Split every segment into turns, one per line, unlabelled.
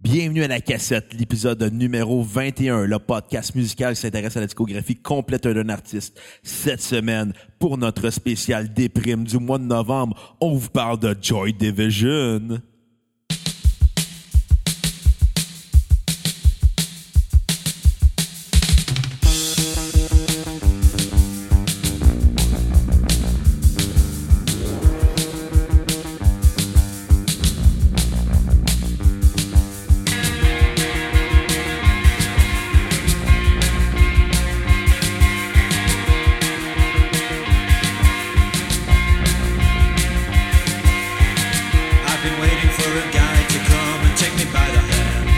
Bienvenue à la cassette, l'épisode numéro 21, le podcast musical qui s'intéresse à la discographie complète d'un artiste. Cette semaine, pour notre spécial déprime du mois de novembre, on vous parle de Joy Division.
I've been waiting for a guy to come and take me by the hand.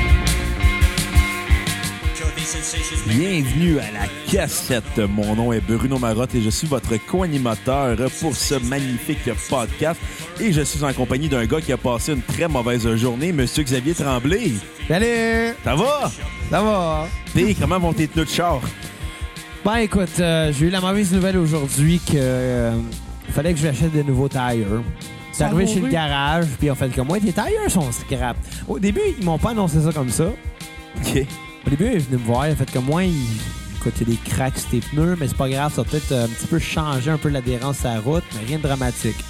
Kill these sensations. make me
Bienvenue à la cassette. Mon nom est Bruno Marotte et je suis votre co-animateur pour ce magnifique podcast. Et je suis en compagnie d'un gars qui a passé une très mauvaise journée, Monsieur Xavier Tremblay.
Salut!
Ça va?
Ça va?
P, comment vont tes pneus de char?
Ben écoute, euh, j'ai eu la mauvaise nouvelle aujourd'hui que euh, fallait que je m'achète des nouveaux tires. C'est
Sont
arrivé chez le
bourrés.
garage, puis en fait comme moi, tes tires sont scrap. Au début, ils m'ont pas annoncé ça comme ça.
Ok.
Au début, ils venaient me voir, ils ont fait comme moi, ils... écoute, il y a des cracks sur tes pneus, mais c'est pas grave, ça va peut-être euh, un petit peu changer un peu l'adhérence à la route, mais rien de dramatique.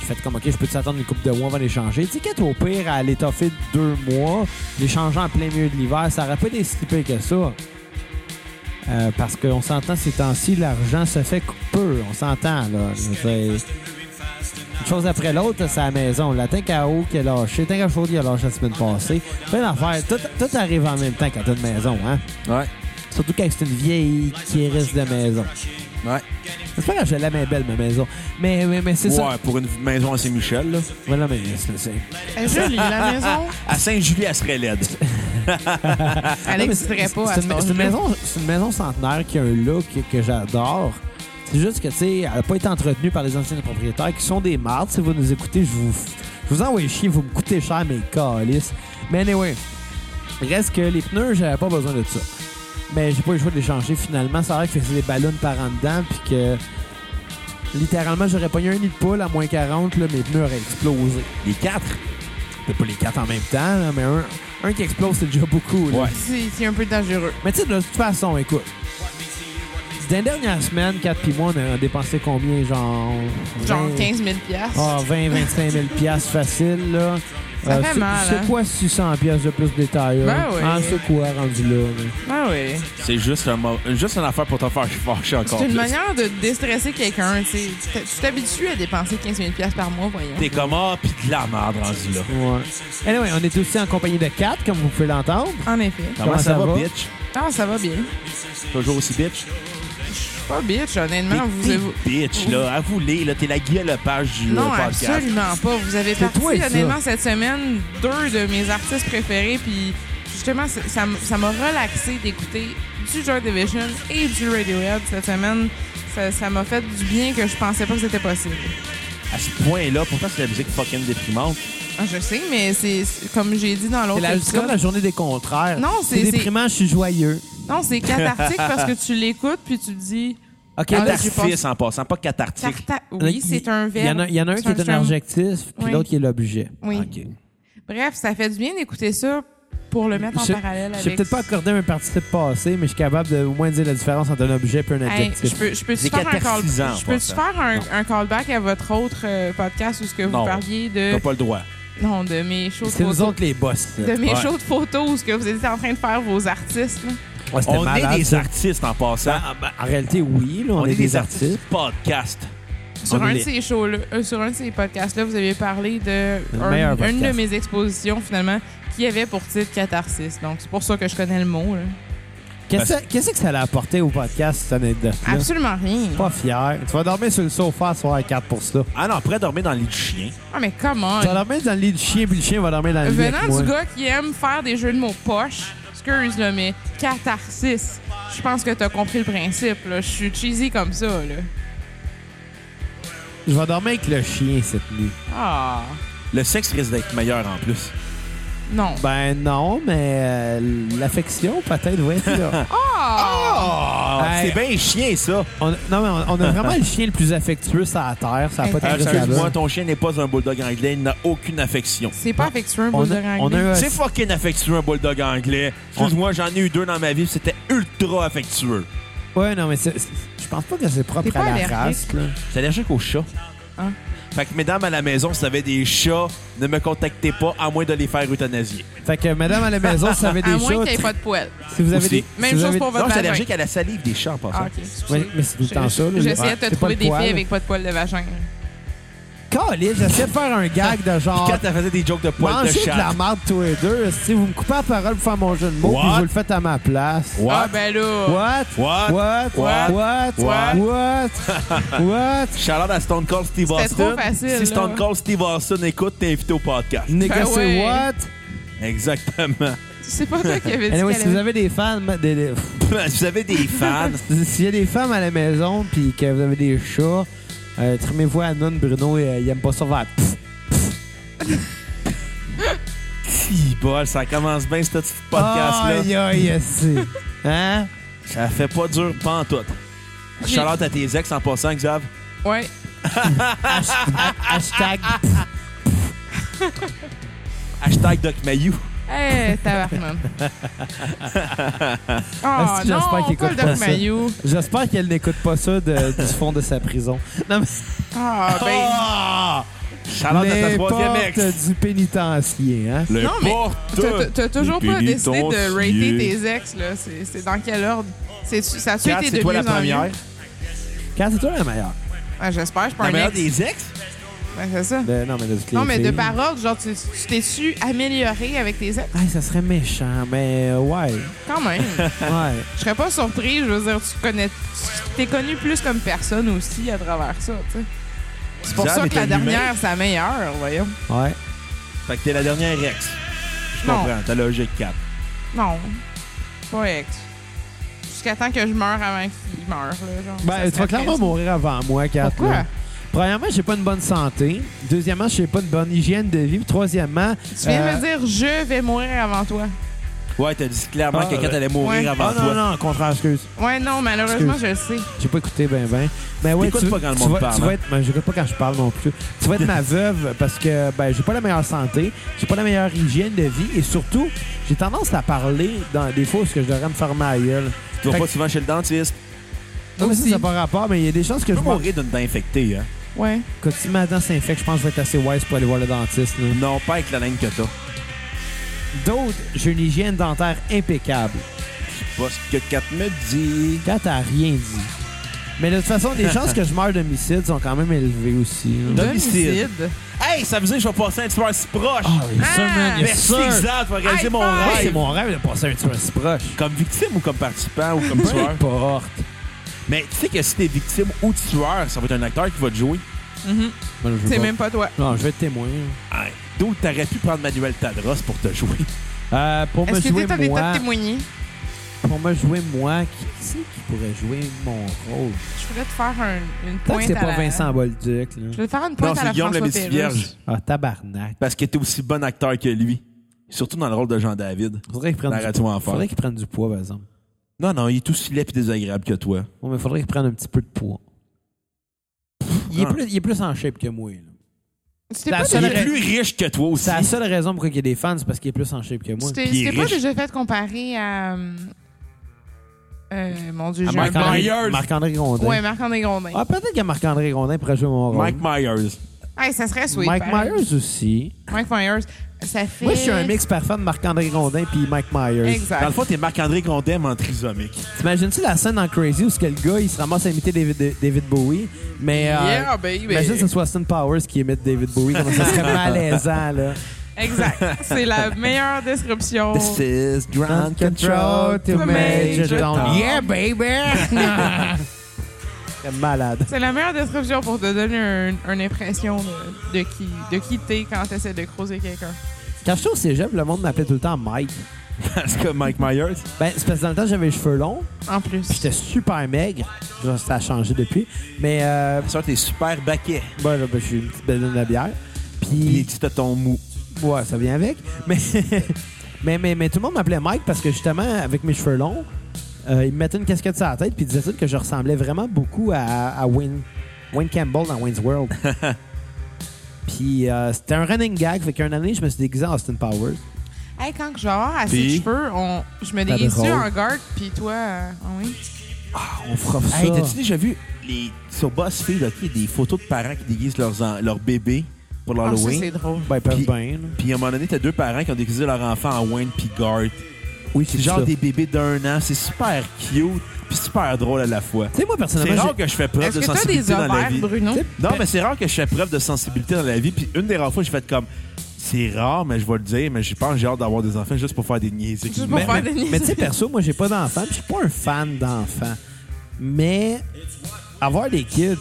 J'ai fait comme, OK, je peux t'attendre une couple de mois avant de les changer. Tu sais, qu'est-ce au pire à l'étoffer de deux mois, les changer en plein milieu de l'hiver, ça aurait pas été si pire que ça. Euh, parce qu'on s'entend ces temps-ci, l'argent se fait peu, on s'entend, là. Je veux dire,
moving fast and
une chose après l'autre, c'est à la maison. La KO qui a lâché, Tinka Chaudy a lâché la semaine passée. Plein d'affaires. Tout, tout arrive en même temps quand t'as une maison, hein?
Ouais.
Surtout quand c'est une vieille qui reste de maison.
Ouais.
C'est pas grave, je l'aime belle, ma maison. Mais, mais, mais c'est
ouais,
ça.
pour une maison à Saint-Michel, là.
Voilà, mais c'est- c'est-
Elle est jolie, Euh, la maison.
À Saint-Julie, elle serait laide.
Elle
Non, mais
n'existerait
c'est-
pas à
c'est
ce
une- C'est une,
âge-là.
maison- c'est une maison centenaire qui a un look que j'adore. C'est juste que, tu sais, elle n'a pas été entretenue par les anciens propriétaires qui sont des mardes. Si vous nous écoutez, je vous, je vous envoie chier, vous me coûtez cher, mes calices. Mais anyway, reste que les pneus, j'avais pas besoin de ça. Mais j'ai pas eu le choix de les changer finalement. C'est vrai que c'est des ballons par en dedans, puis que littéralement, j'aurais pas eu un nid de poule à moins 40, là, mes pneus auraient explosé.
Les quatre?
C'est pas les quatre en même temps, là, mais un, un qui explose, c'est déjà beaucoup. là.
Ouais.
C'est c'est un peu dangereux.
Mais tu sais, de toute façon, écoute. Dans les dernières semaines, 4 puis moi, on a dépensé combien? Genre.
Genre
20
15 000 piastres.
Ah, 20, 25 000 piastres facile, là. Euh,
Ça fait
c'est-
mal,
C'est
hein?
quoi 600 piastres de plus des tailleurs?
Ben oui.
Ah, c'est quoi rendu là? là?
Ah oui.
C'est juste, un, mo- juste une affaire pour te faire fâcher encore
C'est une
plus.
manière de déstresser quelqu'un. tu sais. Tu t'- tu t'habitues à dépenser 15 000 piastres par mois, voyons.
T'es comme, ah, pis de la merde rendu là.
Ouais. Anyway, on est aussi en compagnie de 4, comme vous pouvez l'entendre.
En effet.
Comment, ça, va, bitch?
Non, ça va bien.
Toujours aussi bitch?
Pas bitch, honnêtement. Vous
T'es
avez...
bitch, là. Avoue-les, là. T'es la gueule Lepage du
Non,
euh, podcast.
absolument pas. Vous avez parti,
toi, ça.
honnêtement, cette semaine, deux de mes artistes préférés. Puis justement, ça- ça m- ça m'a relaxé d'écouter du Joy Division et du Radiohead cette semaine. Ça- Ça m'a fait du bien que je pensais pas que c'était possible.
À ce point-là, pourtant, c'est de la musique fucking déprimante.
Ah, Je sais, mais c'est c'est- comme j'ai dit dans
C'est
l'autre
la- c'est comme
épisode.
la journée des contraires.
Non, c'est-
C'est déprimant, je suis joyeux.
Non, c'est cathartique parce que tu l'écoutes puis tu te dis.
OK,
Ah,
là,
j'ai
Catharsis en passant, pas cathartique.
Tarta... Oui, c'est un
Il y en
verbe.
a, il y en a un
c'est
qui est un
terme.
adjectif, puis
Oui.
l'autre qui est l'objet.
Oui.
Ok.
Bref, ça fait du bien d'écouter ça pour le mettre en
Je-
parallèle avec.
Je peut-être pas accordé un participe passé, mais je suis capable de au moins dire la différence entre un objet et un
Hey,
adjectif.
je peux, je peux
C'est
faire un call,
catharsisant, en
je peux
passant.
faire un,
Non.
un callback à votre autre euh, podcast où ce que vous
Non.
parliez
T'as
de
pas le droit.
non de mes shows de
C'est nous
photos,
autres les boss.
de mes
Ouais.
shows de photos où ce que vous étiez en train de faire vos artistes. là.
Ouais, c'était
On
malade,
est des
ça.
artistes en passant.
En réalité, oui, là, on, est, des, artistes.
Podcast.
Sur
On
un, de
est-
ces shows -là, sur un de ces podcasts-là, vous aviez parlé de
Le
un-
meilleur
une de
podcast.
mes expositions, finalement, qui avait pour titre Catharsis. Donc, c'est pour ça que je connais le mot. là.
Qu'est-ce qu'est-ce que ça allait apporter au podcast, cette anecdote-là?
Absolument rien.
Pas fier. Tu vas dormir sur le sofa ce soir à 4 pour ça.
Ah non, après dormir dans le lit du chien.
Ah, mais comment?
Tu vas dormir dans le lit du chien, puis le chien va dormir dans le lit avec
Venant
moi.
du gars qui aime faire des jeux de mots poche, excuse là, mais Catharsis, je pense que t'as compris le principe. là. Je suis cheesy comme ça. Là.
Je vais dormir avec le chien cette nuit.
Ah,
Le sexe risque d'être meilleur en plus.
non.
Bah. Ben non, mais euh, l'affection peut-être va être là.
Ah!
Oh! Ah,
Hey.
c'est bien chien, ça.
On, non, mais on, on a vraiment le chien le plus affectueux sur la Terre. Ça n'a pas
Ah,
Ah,
d'allure,
Excuse-moi,
là-bas.
ton chien n'est pas un bulldog anglais. Il n'a aucune affection.
C'est pas affectueux, un
On a-
bulldog
on a
anglais.
un-
C'est fucking affectueux, un bulldog anglais. Excuse-moi, j'en ai eu deux dans ma vie. C'était ultra affectueux.
Ouais, non, mais c'est- c'est- je pense pas que c'est
T'es
propre
pas
à la
allergique?
race. là.
C'est allergique aux chats.
Ah.
Fait que, mesdames à la maison, si vous avez des chats, ne me contactez pas, à moins de les faire euthanasier.
Fait que, madame à la maison, si vous avez
À
des
moins
chats,
que t'aies pas de poêle.
si vous avez
Aussi.
des.
Même
si vous
chose
avez-
pour
Non,
votre
je suis
vagin.
allergique à la salive des chats, en passant.
ben, Ah, ok.
Ouais, mais c'est tout le temps ça, là.
J'essayais de
Ouais.
te
C'est pas
trouver
de
des
poil.
filles avec pas de poil de vagin.
Caliste, j'essaie de faire un gag de
ah.
genre.
Quand elle faisait des jokes de poils de
Mangez de,
chat.
la merde tous les deux. Si vous me coupez la parole pour faire mon jeu de mots,
What?
puis vous le faites à ma place.
What?
Ah, ben là.
What?
What?
What?
What?
What?
What?
What? What?
Shout-out à Stone Cold Steve
C'était
Austin.
trop facile, là.
si Stone Cold Steve Austin écoute, t'es invité au podcast.
Nigga,
Ben
c'est
ouais.
what?
Exactement.
C'est pas toi qui avais dit
Anyway,
qu'elle
si vous
avait-
avez des fans, ma- des- des- pff,
si vous avez des fans,
Ah, s'il y a des femmes à la maison puis que vous avez des chats, euh, trimez-vous à Anne, Bruno, et, euh, il aime pas ça faire pff.
si bol, ça commence bien ce petit podcast-là.
Aïe, aïe, aïe, si. Hein?
Ça fait pas dur pantoute.
J'ai-
Shout-out à tes ex en passant, Xav.
Ouais.
Hashtag pff.
Hashtag DocMayou.
Eh, tabarnak.
Ah,
Ah
si,
non,
j'espère qu'il
pas
écoute
le
pas
Doc
ça.
Mayou.
J'espère qu'elle n'écoute pas ça de- du fond de sa prison. Non, mais
Ah, ben.
Ah! Shout-out à ta
les
troisième
portes
ex.
du pénitencier, hein?
Le
Non, mais
porte
t'as- T'as toujours
du
pas décidé de rater
pénitencier.
tes ex, là. C'est c'est dans quel ordre? C'est- Ça a-tu
Kat,
été
c'est
de
toi
mieux
la
en mieux?
première.
Quand c'est toi la meilleure?
Ah, J'espère, je suis pas
La
un
meilleure
ex.
des ex?
Ben, c'est ça.
De- non, mais de toutes les
Non, mais de
filles.
par ordre, genre, tu tu t'es-tu amélioré avec tes ex?
Ah, ça serait méchant, mais euh, ouais.
Quand même.
Ouais.
Je serais pas surpris. Je veux dire, tu connais. tu- T'es connu plus comme personne aussi à travers ça, tu sais. C'est pour
Xav
ça
est
que la
un humain.
dernière, c'est la meilleure, voyons.
ouais.
Fait que t'es la dernière ex. Je
Non.
comprends, t'as logique 4.
Non. Pas ex. Jusqu'à temps que je meure avant qu'il meure, là. Genre,
Ben,
Ça
tu vas
serait
clairement
triste.
mourir avant moi, Kat.
Pourquoi?
là. Premièrement, j'ai pas une bonne santé. Deuxièmement, j'ai pas une bonne hygiène de vie. Puis troisièmement,
Tu viens de
euh,
me dire, je vais mourir avant toi.
Ouais, t'as dit clairement
Ah,
que Kat
ouais.
allait mourir
Ouais.
avant
Ah non,
toi.
non, contraire, excuse.
Ouais, non, malheureusement, je le sais.
J'ai pas écouté ben ben. Mais ouais,
T'écoutes
tu,
pas quand le
tu
monde
vas,
parle,
tu vas
hein?
être, ben, j'écoute pas quand je parle non plus. Tu vas être ma veuve parce que ben j'ai pas la meilleure santé, j'ai pas la meilleure hygiène de vie et surtout, j'ai tendance à parler dans des fois où ce que je devrais me faire ma gueule.
Tu vas
Fait
pas
que-
souvent chez le dentiste.
Non, mais ça,
Aussi.
ça n'a pas rapport, mais il y a des chances que
Tu
je
peux
m'en...
mourir d'une dent infectée, hein?
Ouais.
Quand si ma dent s'infecte, je pense que je vais être assez wise pour aller voir le dentiste. là.
Non, pas avec la laine que t'as.
D'autres, j'ai une hygiène dentaire impeccable.
Pas ce que Kat me dit.
Quand t'as rien dit. Mais de toute façon, les chances que je meure d'homicide sont quand même élevées aussi. là.
Domicile. Hey, ça veut dire que je vais passer un tueur si proche.
Ah, oui, ça,
Ah!
man, il y a
Merci,
ça.
Xav, pour réaliser
High
mon
five!
Ouais,
rêve.
c'est mon rêve de passer un tueur si proche.
Comme victime ou comme participant ou comme
Peu
tueur.
importe.
Ben, Mais tu sais que si t'es victime ou tueur, ça va être un acteur qui va te jouer.
Moi, je veux
C'est
pas.
même pas toi.
Non, je vais être témoin.
Hey, Donc, t'aurais pu prendre Manuel Tadros pour te jouer.
Euh, pour me
Est-ce que
jouer
t'es en état
moi,
de témoigner?
pour me jouer moi, qui qui c'est qui pourrait jouer mon rôle
Je voulais te faire un, une
Tant que
pointe
c'est
à
pas
la-
Vincent Bolduc, là.
Je voulais te faire une
Non,
pointe à
c'est
la
Guillaume
François
le Métis Vierge.
Pérusse.
Ah tabarnak.
Parce que t'es aussi bon acteur que lui. Surtout dans le rôle de Jean-David.
Faudrait qu'il prenne
La
du
radio en
poids.
fer.
Faudrait qu'il prenne du poids, par exemple.
Non, non, il est aussi laid et désagréable que toi.
Ouais, mais faudrait qu'il prenne un petit peu de poids. Il est,
Ah.
plus, il est plus en shape que moi. là.
Tu t'es
La
pas
seule
Il
déjà-
est plus riche que toi aussi.
C'est la seule raison pourquoi il y a des fans, c'est parce qu'il est plus en shape que moi.
Tu t'es-
Puis il
tu
est
t'es pas
riche.
déjà fait comparer à. euh, euh, mon Dieu,
À
j'ai un
Marc-André-
blanc.
Myers.
Ah, Marc-André Gondin.
Ouais, Marc-André Grondin.
ah, peut-être que Marc-André Gondin pourrait jouer mon rôle.
Mike Myers.
Hey, ça serait sweet.
Mike
pareil.
Myers aussi.
Mike Myers. Ça fait.
Moi, je suis un mix parfait de Marc-André Gondin puis Mike Myers.
Dans
Exact.
le fond, t'es Marc-André Grondin mais en trisomique.
T'imagines-tu la scène dans Crazy où ce que le gars, il se ramasse à imiter David, David Bowie, mais... euh,
Yeah, baby.
Imagine que ce soit Austin Powers qui imite David Bowie, comment ça serait malaisant, là.
Exact. C'est la meilleure description.
is ground
to Major Tom.
Yeah, baby! C'est malade.
C'est la meilleure description pour te donner un- une impression de, de qui, de qui t'es quand t'essaies de croiser quelqu'un.
Quand j'étais au cégep, le monde m'appelait tout le temps Mike.
Parce que Mike Myers.
Ben, c'est parce que dans le temps, j'avais les cheveux longs,
En plus.
puis j'étais super maigre. Genre, Ça a changé depuis. Mais, euh,
Ça, t'es super baquet.
bon, là, ben, je suis une petite belle de bière.
Il est
Puis,
petit à ton mou.
ouais, ça vient avec. Mais, mais, mais, mais tout le monde m'appelait Mike parce que justement, avec mes cheveux longs, Euh, il me mettait une casquette sur la tête, puis il disait tout que je ressemblais vraiment beaucoup à, à Wayne, Wayne Campbell dans Wayne's World. puis euh, c'était un running gag, fait qu'un année, je me suis déguisé en Austin Powers.
Hey, quand que je vais avoir assez
Puis?
de cheveux, on... je me
Pas
déguise
drôle.
en guard, puis toi, euh, ah oui.
On fera ça.
Hey, t'as-tu déjà vu les, sur BuzzFeed, là, il y a des photos de parents qui déguisent leurs, en- leurs bébés pour
Ah, ça,
l'Halloween?
c'est drôle.
Ben, pas
Puis-
bien, là.
Puis à un moment donné, t'as deux parents qui ont déguisé leur enfant en Wayne puis Garth.
Oui,
C'est genre des bébés d'un an. C'est super cute puis super drôle à la fois.
Tu sais, moi,
C'est
personnellement,
rare que je fais preuve
Est-ce
de
que t'as des
sensibilité dans la
ovaires,
vie.
Bruno?
T'sais,
Non, mais c'est rare que je fais preuve de sensibilité dans la vie. Puis une des rares fois, j'ai fait comme... C'est rare, mais je vais le dire, mais je pense que j'ai hâte d'avoir des enfants juste pour faire des niaiseries.
Juste pour
Mais-
faire des
Mais tu sais, perso, moi, j'ai pas d'enfant, puis je suis pas un fan d'enfants. Mais avoir des kids,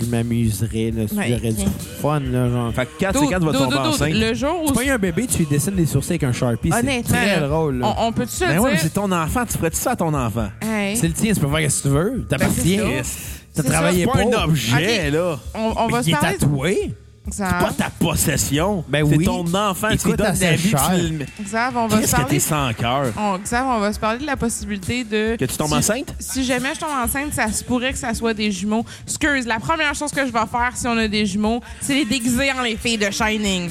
je m'amuserais, là.
Ouais,
J'aurais du
ok.
fun, là, genre.
Fait que 4
Dude,
c'est quand tu vas
dude,
tomber
dude, dude,
enceinte.
Le jour
Tu
où...
pognes un bébé, tu lui dessines des sourcils avec un Sharpie. C'est
Honnêtement,
très
là,
drôle, là.
On, on peut-tu se
Ben ouais, mais c'est
dire...
ton enfant. Tu ferais-tu ça à ton enfant?
Hey,
C'est le tien, tu peux faire ce que tu veux. T'appartiens.
Ben,
T'as
C'est ça.
travaillé
C'est
Pas
pour.
un objet, là.
on, on
Mais
va se
il est
parler...
tatoué.
Xav,
Pas ta possession.
Hein? Ben
c'est
oui.
ton enfant.
Il
tu lui
coûte
donnes
assez
la vie.
cher.
Tu le-
Xav, on va se
Qu'est-ce que t'es
parler...
sans cœur?
On, Xav, on va se parler de la possibilité de...
Que tu tombes
si-
enceinte?
Si jamais je tombe enceinte, ça se pourrait que ça soit des jumeaux. Excuse, la première chose que je vais faire si on a des jumeaux, c'est les déguiser en les filles de Shining.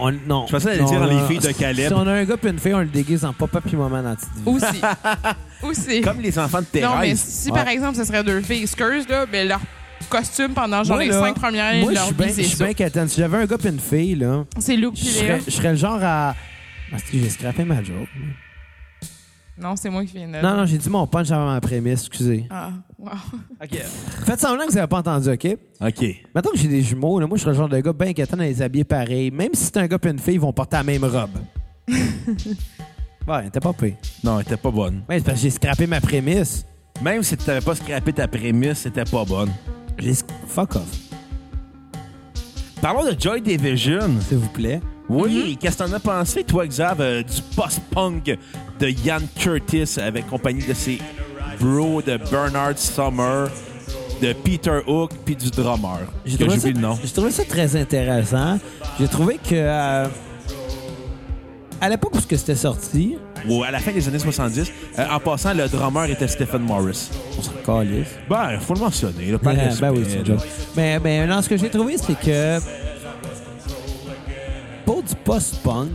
On, non.
Je pensais aller
Non,
dire
là,
les filles de Caleb.
Si on a un gars puis une fille, on le déguise en papa puis maman dans la petite vie.
Aussi. Aussi.
Comme les enfants de
non, mais
Thérèse.
si
Ouais.
par exemple, ce serait deux filles, excuse, là, ben, leur costume pendant genre
Moi,
les
là,
cinq premières années
Moi,
de
je
leur
suis
vie,
bien- je
c'est
suis
ça.
bien qu'attends. Si j'avais un gars puis une fille, là,
C'est Luke
je
puis Léa.
serais, je serais le genre à. Parce que j'ai scrappé ma joke.
Non, c'est moi qui viens de.
Non, non, j'ai dit mon punch avant ma prémisse, excusez.
Ah, wow.
Faites semblant que vous n'avez pas entendu, OK?
OK.
Maintenant que j'ai des jumeaux, là, moi, je serais le genre de gars bien inquiétant dans les habillés pareils. Même si c'est un gars et une fille, ils vont porter la même robe. ouais, t'es pas pire.
Non, elle était pas bonne.
Ouais, c'est parce que j'ai scrappé ma prémisse.
Même si tu t'avais pas scrappé ta prémisse, c'était pas bonne.
J'ai sc- Fuck off,
Parlons de Joy Division.
s'il vous plaît.
Oui,
Mm-hmm.
qu'est-ce que t'en as pensé, toi, Xav, euh, du post-punk de Ian Curtis avec compagnie de ses bros de Bernard Summer, de Peter Hook, puis du drummer.
J'ai
Que
trouvé, ça,
oublié le nom.
j'ai trouvé ça très intéressant. J'ai trouvé que... euh, à l'époque où ce que c'était sorti,
Ou à la fin des années 70. euh, en passant, le drummer était Stephen Morris.
on s'en calisse.
Ben, faut le mentionner. Là, par
Ben,
respect,
ben oui, c'est
là.
une joke. Mais, mais euh, non, ce que j'ai trouvé, c'est que pour du post-punk,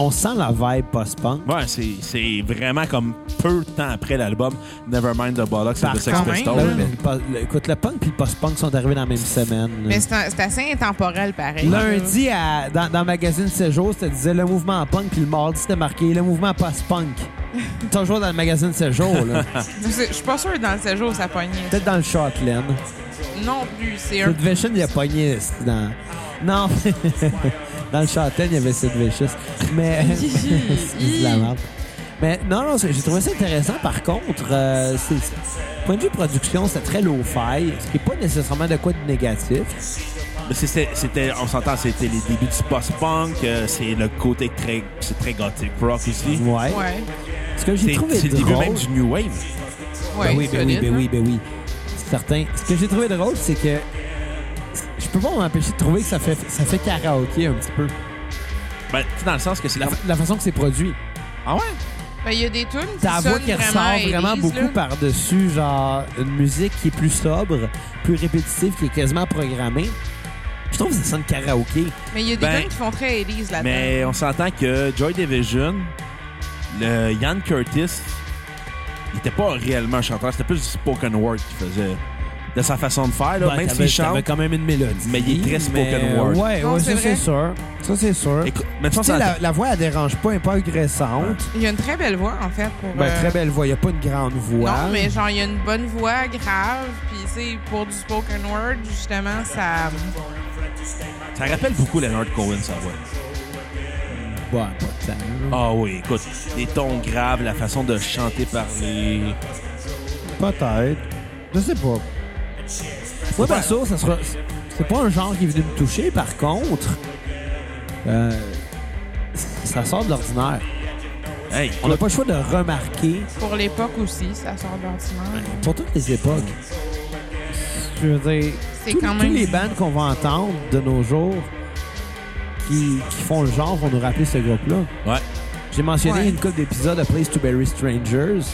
on sent la vibe post-punk.
Ouais, c'est, c'est vraiment comme peu de temps après l'album Nevermind the Bollocks et
Par
The Sex
quand même,
Pistols.
Ben oui, mais le po- le- écoute, le punk et le post-punk sont arrivés dans la même semaine. là.
Mais c'est un- c'est assez intemporel, pareil.
Lundi, à- dans, dans le magazine 7 jours, ça disait le mouvement punk, puis le mardi, c'était marqué le mouvement post-punk. Toujours dans le magazine 7 jours, là.
Je sais- je suis pas sûre que dans le séjour, ça pognait.
Peut-être dans le Shortland.
Non plus, c'est un.
Sid Vicious, il a pogné c'est dans... Non, dans le Châtel, il y avait Sid Vicious. Mais... Excuse la merde. Mais non, non, c'est- j'ai trouvé ça intéressant. Par contre, euh, c'est- c'est- point de vue production, c'est très low-fi, ce qui n'est pas nécessairement de quoi de négatif.
Mais c'est- c'est- c'était, on s'entend, c'était les débuts du post-punk. euh, c'est le côté très, c'est très gothic rock aussi.
Ouais.
Ouais.
Ce que j'ai
C'est,
trouvé
c'est le début
drôle...
même du hein? New Wave.
Ben oui,
Ouais,
ben oui,
solide, hein.
ben
là.
oui, ben oui. C'est certain. Ce que j'ai trouvé drôle, c'est que je peux pas m'empêcher de trouver que ça fait, ça fait karaoké un petit peu.
Ben, tu sais, dans le sens que c'est
La,
comme-
fa- la façon que c'est produit.
Ah ouais?
Ben, il y a des tunes qui
Ta voix
sonnent
qui ressort vraiment
80s,
beaucoup
là.
par-dessus, genre une musique qui est plus sobre, plus répétitive, qui est quasiment programmée. Je trouve que ça sonne karaoké.
Mais il y a des
Ben,
tunes qui font très Elise là-dedans.
Mais on s'entend que Joy Division, le Ian Curtis, il était pas réellement un chanteur. C'était plus du spoken word qu'il faisait. De sa façon de faire, là,
Ben,
même
t'avais-
s'il
t'avais
chante.
quand même une mélodie.
Mais il est très spoken
Mais,
word.
Ouais,
Non,
ouais,
c'est
ça c'est
vrai.
sûr. Ça c'est sûr.
Écoute, mais de toute
Tu sais,
façon, ça-
la, la voix, elle dérange pas, elle est pas agressante.
Il y a une très belle voix, en fait. Pour,
Ben,
euh,
très belle voix, il n'y a pas une grande voix.
Non, mais genre, il y a une bonne voix grave. Puis, tu sais, pour du spoken word, justement, ça.
ça rappelle beaucoup Leonard Cohen, sa voix.
Ouais, pas tant, là.
Ah oui, écoute, les tons graves, la façon de chanter, parler.
Peut-être. Je sais pas. Moi, perso, ça sera. C'est pas un genre qui est venu me toucher, par contre. euh, ça sort de l'ordinaire.
Hey,
On n'a
écoute,
pas le choix de remarquer
Pour l'époque aussi, ça sort de l'ordinaire.
pour toutes les époques. Je veux dire.
C'est
tous-
quand
Tous
même-
les bands qu'on va entendre de nos jours qui, qui font le genre vont nous rappeler ce groupe-là.
ouais.
J'ai mentionné
Ouais.
une couple d'épisodes de Place to Bury Strangers.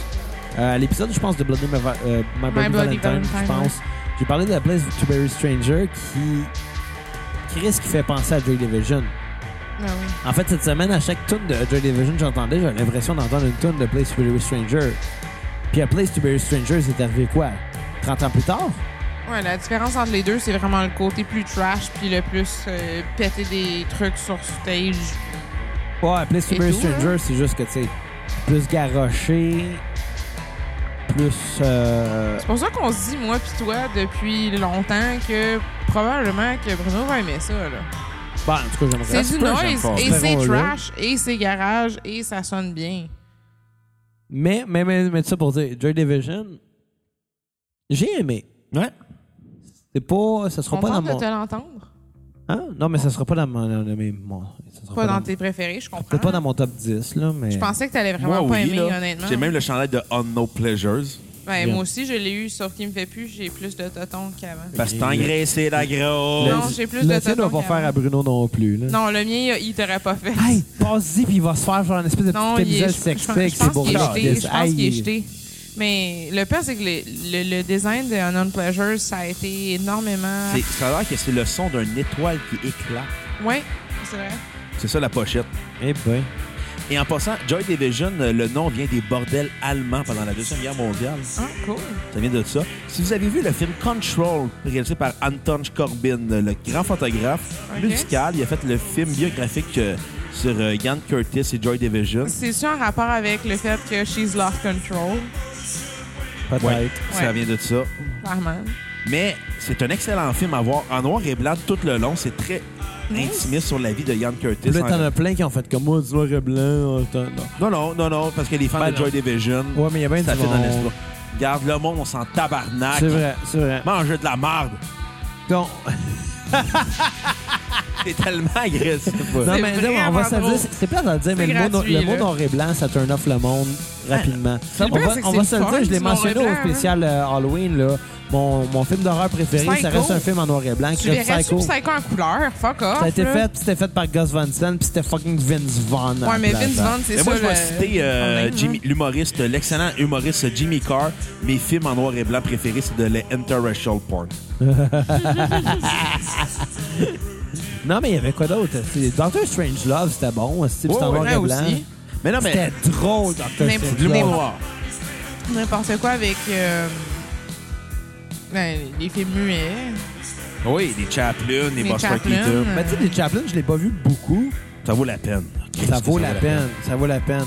Euh, à l'épisode, je pense, de Bloody Ma- euh, My, Bloody
Bloody
Valentine, je
Valentine,
pense, j'ai parlé de la place de Berry Stranger qui. Chris qui fait penser à Joy Division.
Ah oui.
En fait, cette semaine, à chaque tune de Joy Division que j'entendais, j'avais l'impression d'entendre une tune de Place to Bury Stranger. Puis à Place to Bury Stranger, c'est arrivé quoi? 30 ans plus tard?
Ouais, la différence entre les deux, c'est vraiment le côté plus trash puis le plus euh, péter des trucs sur stage.
Ouais, Place to
Et
Bury
tout,
Stranger,
hein?
c'est juste que, tu sais, plus garoché, plus. euh,
C'est pour ça qu'on se dit, moi puis toi, depuis longtemps, que probablement que Bruno va aimer ça. là.
Bah, en tout cas, j'aimerais ça
C'est
se
du
peut, j'aime
noise,
pas.
et c'est
Espérons-le.
trash, et c'est garage, et ça sonne bien.
Mais, mais, mais, mais tout ça pour dire, Joy Division, j'ai aimé.
Ouais.
C'est pas. Ça sera pas dans
Contente de
mon.
te l'entendre.
Hein? Non, mais ça sera pas dans mon. dans mes- mon- ça sera
Pas dans tes préférés, je comprends.
Peut-être pas dans mon top 10, là, mais.
Je pensais que t'allais
Moi,
vraiment pas
oui,
aimer,
là.
honnêtement.
J'ai même le chandail de On No Pleasures.
Ben,
Bien.
moi aussi, je l'ai eu, sauf qu'il me fait plus, j'ai plus de totons qu'avant.
Parce que t'as engraissé la grosse.
Non, j'ai plus de
Le tien
totons
doit pas
qu'avant.
faire à Bruno non plus, là.
Non, le mien, il t'aurait pas fait.
Hey, passe-y, puis il va se faire genre une espèce de
Non,
petite
il est,
camisole
je, je- je
sexy,
pense
c'est
qu'il est
bourgeois.
jeté. Je pense qu'il est
Aïe.
jeté. Mais le pire, c'est que le, le- le design de Unknown Pleasures, ça a été énormément.
C'est- Ça a l'air que c'est le son d'une étoile qui éclate.
Oui, c'est vrai.
C'est ça la pochette.
Eh ben.
Et en passant, Joy Division, euh, le nom vient des bordels allemands pendant la Deuxième Guerre mondiale.
Ah, cool.
Ça vient de ça. Si vous avez vu le film Control, réalisé par Anton Corbin, le grand photographe
Ok.
musical, il a fait le film biographique euh, sur euh, Ian Curtis et Joy Division.
C'est-tu en rapport avec le fait que She's Lost Control?
Peut-être.
Ouais,
Ouais.
Ça vient de ça.
Clairement.
Mais c'est un excellent film à voir en noir et blanc tout le long. C'est très intimiste sur la vie de Ian Curtis.
Puis là, t'en
En-
as plein qui ont fait comme moi, du noir et blanc. euh, t'as- non.
Non, non, non, non, parce que les fans
Ben
de
non.
Joy Division,
Ouais, mais il y a bien
ça
du
fait dans
monde.
l'espoir. Garde le monde, on s'en tabarnak.
C'est vrai, c'est vrai.
Mangez de la merde.
Ah, Donc,
T'es tellement agressif.
non,
C'est
mais non, on va se le
vraiment
dire, c'est c'est plate à le dire, mais
C'est
le mot, no-
gratuit,
le mot
là.
noir et blanc, ça turn off le monde rapidement.
le
on
pire,
va,
c'est que
on
c'est
va se le
fun,
dire, je l'ai
du noir
mentionné
et
au
blanc, hein.
spécial euh, Halloween, là. Mon, mon film d'horreur préféré, ça
Psycho.
reste un film en noir et blanc,
Tu
Crêpe
verrais
Psycho.
Psycho en couleur? Fuck off.
Ça a été
là.
fait, puis c'était fait par Gus Van Sant, puis c'était fucking Vince Vaughn. à
Ouais,
la
mais
place,
Vince
hein.
Vaughn, c'est
Mais
ça.
moi, je vais
le-
citer
le
euh,
problème,
Jimmy- l'humoriste, l'excellent humoriste Jimmy Carr. Mes films en noir et blanc préférés, c'est de l'interracial porn.
Non, mais il y avait quoi d'autre? C'est- Doctor Strange Love, c'était bon. C'était
Ouais,
en
ouais.
noir et
Ouais,
blanc.
aussi.
Mais non, mais
C'était drôle, Doctor
Mais-
Strange
du
Love.
mot noir.
hein. N'importe quoi avec euh, ben, les films muets.
Oui, les Chaplin, les
Les
Buster
Chaplin.
Keaton.
Mais tu sais, les Chaplin, je l'ai pas vu beaucoup.
Ça vaut la peine. Qu'est-ce
Ça
que
vaut la peine. Ça vaut la peine.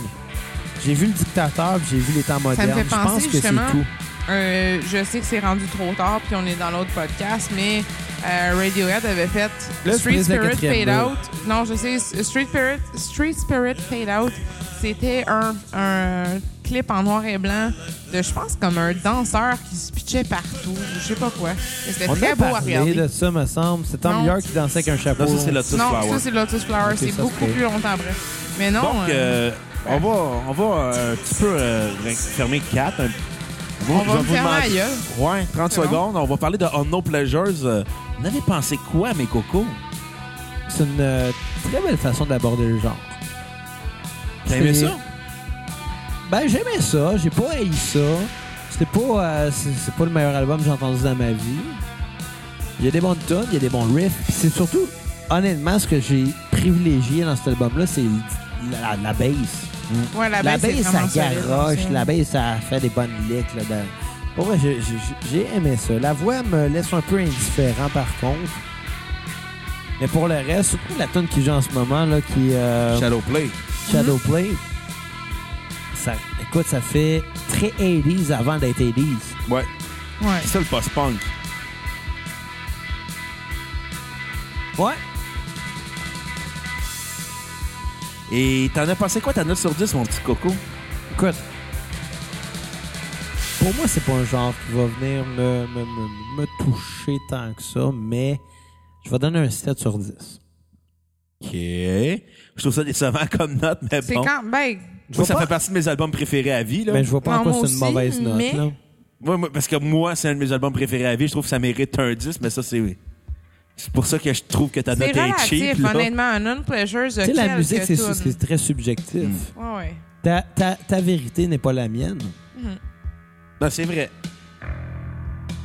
J'ai vu le dictateur, puis j'ai vu les temps modernes.
fait
Je
penser,
pense que c'est
justement,
tout.
Euh, je sais que c'est rendu trop tard, puis on est dans l'autre podcast, mais euh, Radiohead avait fait
Là, tu
Street
brises la
Spirit Fade
quatrième mur.
Out. Non, je sais, Street Spirit, Street Spirit Fade Out, c'était un, un clip en noir et blanc de, je pense, comme un danseur qui se pitchait partout, ou je sais pas quoi. Et C'était
On
très
a
beau à
parlé
regarder.
de ça, me semble. C'est Tom
Non.
York qui dansait avec un chapeau.
Non, ça, c'est Lotus
Non,
Flower.
ça, c'est Lotus Flower.
Ok,
c'est
ça,
beaucoup
c'est-
plus longtemps après. Mais non.
Donc, euh,
euh,
on va, on va euh, un petit peu euh, re- fermer 4.
On va me fermer la gueule.
Ouais, 30
C'est bon.
secondes. On va parler de On No Pleasures. Euh, Vous en avez pensé quoi, mes cocos?
C'est une euh, très belle façon d'aborder le genre.
T'as aimé
C'est-
ça?
Ben, j'aimais ça. J'ai pas haï ça. C'était pas, euh, c'est c'est pas le meilleur album que j'ai entendu dans ma vie. Il y a des bonnes tunes, il y a des bons riffs. Puis c'est surtout, honnêtement, ce que j'ai privilégié dans cet album-là, c'est le- la, la, bass.
euh, ouais, la,
La
baisse,
bass,
c'est
ça
vraiment solide,
garoche.
ça.
La bass, ça fait des bonnes licks. Là, dedans Pour vrai, j'ai- j'ai- j'ai aimé ça. La voix me laisse un peu indifférent, par contre. Mais pour le reste, surtout la tune qui joue en ce moment, là, qui est euh,
Shadow Play. Hmm?
Shadowplay, ça, écoute, ça fait très 80s avant d'être 80s.
Ouais.
Ouais.
C'est ça le post-punk.
Ouais.
Et t'en as pensé quoi ta note sur 10, mon petit coco?
Écoute, pour moi, c'est pas un genre qui va venir me, me- me- me toucher tant que ça, mais je vais donner un 7 sur 10.
OK. Je trouve ça décevant comme note, mais
C'est
bon.
quand. Ben,
Moi, ça
Je vois
fait partie de mes albums préférés à vie. Là.
Mais je vois pas
Non,
en quoi
moi
c'est une
aussi,
mauvaise note.
mais-
là.
Ouais, moi, parce que moi, c'est un de mes albums préférés à vie. Je trouve que ça mérite un 10, mais ça, c'est... C'est pour ça que je trouve que ta
c'est
note est cheap.
relatif,
là.
honnêtement. Un non-pleasure,
Tu sais, la musique,
Hmm.
c'est c'est très subjectif.
Ouais, ouais.
Ta, ta- ta vérité n'est pas la mienne.
Non, Ben, c'est vrai.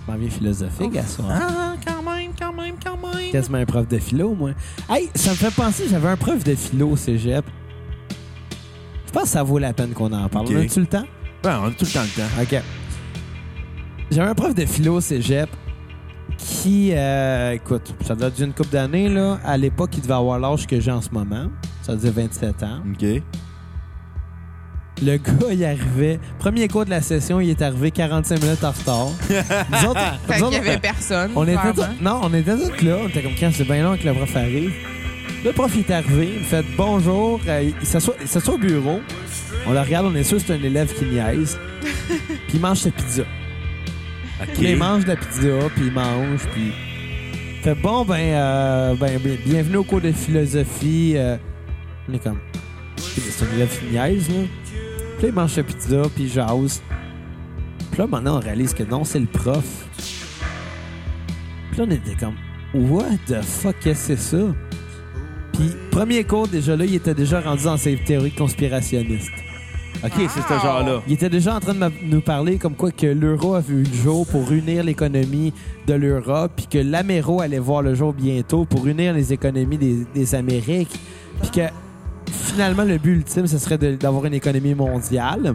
m'en viens philosophique à hein. soir.
Ah, quand même, quand même, quand même.
Quasiment un prof de philo, moi. Hey, ça me fait penser, j'avais un prof de philo au cégep. Je pense que ça vaut la peine qu'on en parle.
Ok.
On a-tu le temps?
Ben, on a tout le temps le temps.
OK. J'avais un prof de philo au cégep qui, euh, écoute, ça doit être d'une couple d'années, là. À l'époque, il devait avoir l'âge que j'ai en ce moment. Ça veut dire 27 ans.
OK.
Le gars, il arrivait. Premier cours de la session, il est arrivé 45 minutes en retard. Nous autres,
Fait
nous
qu'il y
autres,
avait personne.
on était
clairement.
tous- non, on était tous là. On était comme quand c'est bien long que le prof arrive. Le prof il est arrivé, il me fait bonjour. euh, il s'assoit il s'assoit au bureau. On le regarde, on est sûr que c'est un élève qui niaise. Puis il mange sa pizza.
OK.
Puis là, il mange de la pizza, puis il mange, puis... Fait bon, ben, euh, ben, ben, bienvenue au cours de philosophie. euh, on est comme... C'est une élève qui niaise, là. Puis là, il mange sa pizza, puis il jase. Puis là, maintenant, on réalise que non, c'est le prof. Puis là, on était comme... What the fuck, qu'est-ce que c'est ça? Puis, premier cours, déjà là, il était déjà rendu dans ses théories conspirationnistes.
OK, c'est ce genre-là.
Il était déjà en train de m'a- nous parler comme quoi que l'euro avait eu le jour pour unir l'économie de l'Europe, puis que l'Améro allait voir le jour bientôt pour unir les économies des, des Amériques, puis que finalement le but ultime, ce serait de- d'avoir une économie mondiale.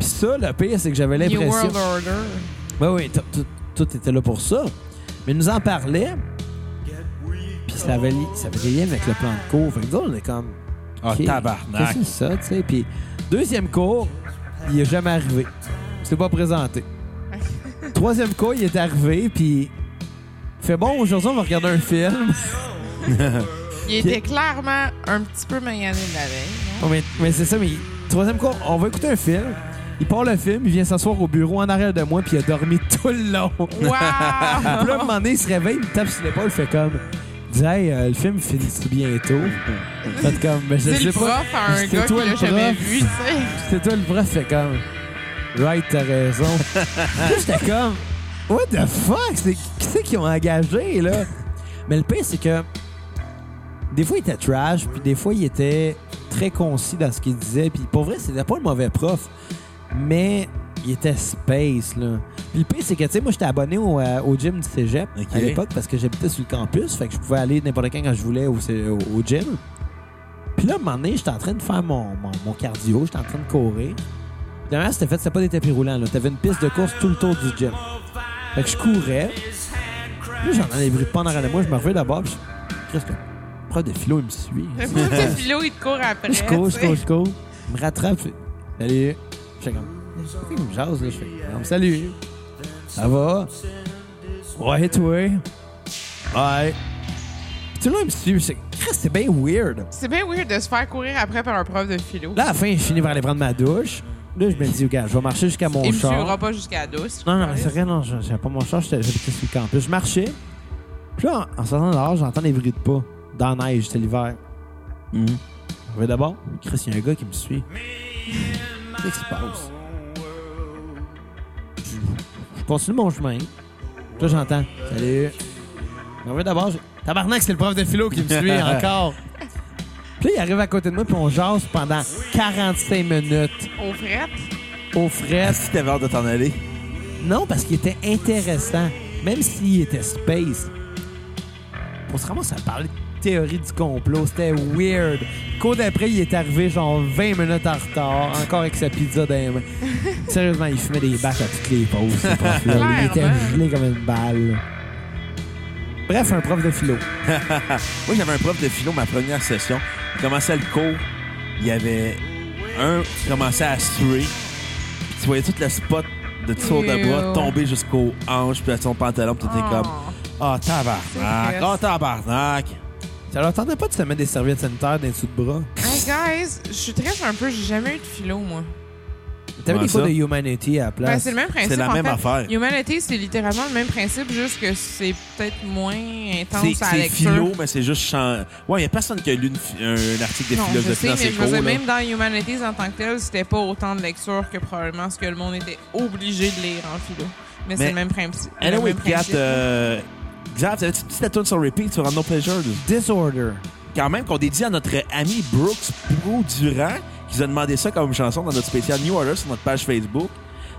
Puis ça, le pire, c'est que j'avais
Oh! New
l'impression...
World Order.
Oui, oui, tout- tout- tout était là pour ça. Mais il nous en parlait, puis ça avait, li- ça avait lien avec le plan de cours. Fait que nous, on est comme...
Ah,
Ok,
tabarnak.
Qu'est-ce que c'est ça, tu sais? Puis, deuxième cours, il est jamais arrivé. C'est pas présenté. Troisième cours, il est arrivé, puis il fait bon, aujourd'hui, on va regarder un film.
Il était clairement un petit peu magané de la veille. hein.
mais mais c'est ça, mais il- troisième cours, on va écouter un film. Il part le film, il vient s'asseoir au bureau en arrière de moi, puis il a dormi tout le long.
Wow!
Puis là, à un moment donné, il se réveille, il me tape sur l'épaule, il fait comme. Il dit, hey, euh, le film finit bientôt. Fait comme, mais je
C'est
sais
le
pas.
prof à un
C'était
gars qui
toi
l'a
le
jamais
prof.
vu, tu sais.
C'est toi le prof, fait comme. Right, t'as raison. Puis là, j'étais comme. What the fuck? C'est qui c'est qui ont engagé, là? Mais le pire, c'est que. Des fois, il était trash, puis des fois, il était très concis dans ce qu'il disait. Puis pour vrai, c'était pas le mauvais prof, mais il était space, là. Puis le pire, c'est que, tu sais, moi, j'étais abonné au, euh, au gym du cégep
Ok.
à l'époque parce que j'habitais sur le campus, fait que je pouvais aller n'importe quand quand je voulais au, cé- au- au gym. Puis là, à un moment donné, j'étais en train de faire mon, mon, mon cardio, j'étais en train de courir. La manière c'était fait, c'était pas des tapis roulants. là. T'avais une piste de course tout le tour du gym. Fait que je courais. Puis là, j'entendais des bruits de pas en arrière de moi. Je me reviens d'abord. Puis je Christ, le prof de philo, il me suit.
Le prof de philo, il te court après.
Je cours, je
tu sais.
cours, je cours. Il me rattrape. Fait, salut. Je fais comme. Pourquoi il me jase, là? Je fais comme, salut. Ça va? Ouais, toi? Ouais. Puis tout le long, il me suit. Je fais, Christ, c'est bien weird.
C'est bien weird de se faire courir après par un prof de philo.
Là, à la fin, je finis par aller prendre ma douche. Là, je me dis, gars, je vais marcher jusqu'à mon
il me
char.
suivra pas jusqu'à la douce.
Non, non, mais c'est rien, non, je- j'avais pas mon char, j'étais j'habitais sur le campus. Je marchais, puis là, en, en sortant dehors, j'entends des bruits de pas dans la neige, c'était l'hiver. Mais d'abord, Chris, il y a un gars qui me suit. Qu'est-ce qui se passe? Je, je continue mon chemin. Puis Là, j'entends. Salut. Mais ouais, d'abord, j'ai- tabarnak, c'est le prof de philo qui me suit encore. Puis là, il arrive à côté de moi, puis on jase pendant 45 minutes
Au fret.
au frais.
Est-ce que t'avais hâte de t'en aller?
Non, parce qu'il était intéressant, même s'il était space. On se ramasse à parler de théorie du complot. C'était weird. Cours d'après, il est arrivé genre 20 minutes en retard, encore avec sa pizza dans les mains. Sérieusement, il fumait des bacs à toutes les pauses, ce prof-là. Il était
Clairement.
gelé comme une balle. Bref, un prof de philo.
Moi, j'avais un prof de philo, ma première session. Il commençait le cours. Il y avait un qui commençait à suer. Puis tu voyais tout le spot de tour de bras
Ew.
tomber jusqu'aux hanches, puis à son pantalon, puis t'étais comme
Oh.
Ah, tabarnak!
C'est
Ah, tabarnak!
Ça leur tentait pas de se mettre des serviettes sanitaires dans les dessous de bras?
Hey guys, je suis très un peu, j'ai jamais eu de philo, moi.
T'avais
Comment
des cours
ça?
de humanity à la place.
Ben, c'est le même principe.
C'est la
en
même
fait.
affaire.
Humanity, c'est littéralement le même principe, juste que c'est peut-être moins
C'est
intense à la
c'est
lecture.
philo, mais c'est juste. chan- Ouais, il n'y a personne qui a lu une fi- un article de
non, je
philosophie
sais,
dans
mais
ses
je
cours.
veux
là.
dire, même dans Humanities en tant que tel, c'était pas autant de lecture que probablement ce que le monde était obligé de lire en philo. Mais,
Mais-
c'est le même principe. le
Anyway,
même
Kat,
principe. hein.
euh, Xav, t'avais-tu une petite tune sur repeat sur No Pleasure? là?
Disorder.
quand même qu'on dédie à notre ami Brooks Pro Durand, qui nous a demandé ça comme chanson dans notre spécial New Order sur notre page Facebook.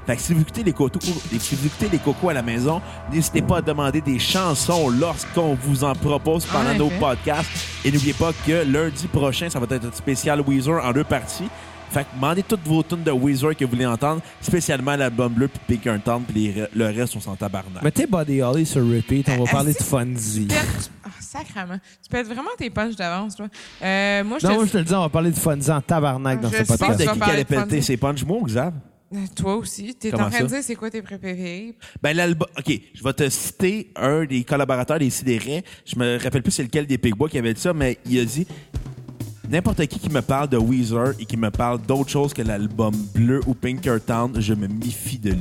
Fait que si vous écoutez les, cocos, si vous écoutez les cocos à la maison, n'hésitez pas à demander des chansons lorsqu'on vous en propose pendant
En
nos
effet.
podcasts. Et n'oubliez pas que lundi prochain, ça va être un spécial Weezer en deux parties. Fait que demandez toutes vos tunes de Weezer que vous voulez entendre, spécialement l'album bleu puis Pinkerton, puis les re- le reste, on s'en tabarnak.
Mettez Body Holly sur repeat, on va parler de Fonzie.
Ah, Tu perds- Ah, sacrement. Tu perds vraiment tes punches d'avance, toi. Euh, moi, je
Non,
te
moi, je te le dis, on va parler de Fonzie en tabarnak dans
Je
ce
sais que
Parle
podcast.
de
ça
qui
va
qu'elle a
être
pelleté
fun.
ses punch moi, Xav?
Euh, Toi aussi, t'es
Comment
en train
ça?
de dire c'est quoi tes préférés.
Ben l'album. OK, je vais te citer un des collaborateurs des Sidérés. Je me rappelle plus c'est lequel des Pigbois qui avait dit ça, mais il a dit N'importe qui qui me parle de Weezer et qui me parle d'autre chose que l'album bleu ou Pinkerton, je me méfie de lui.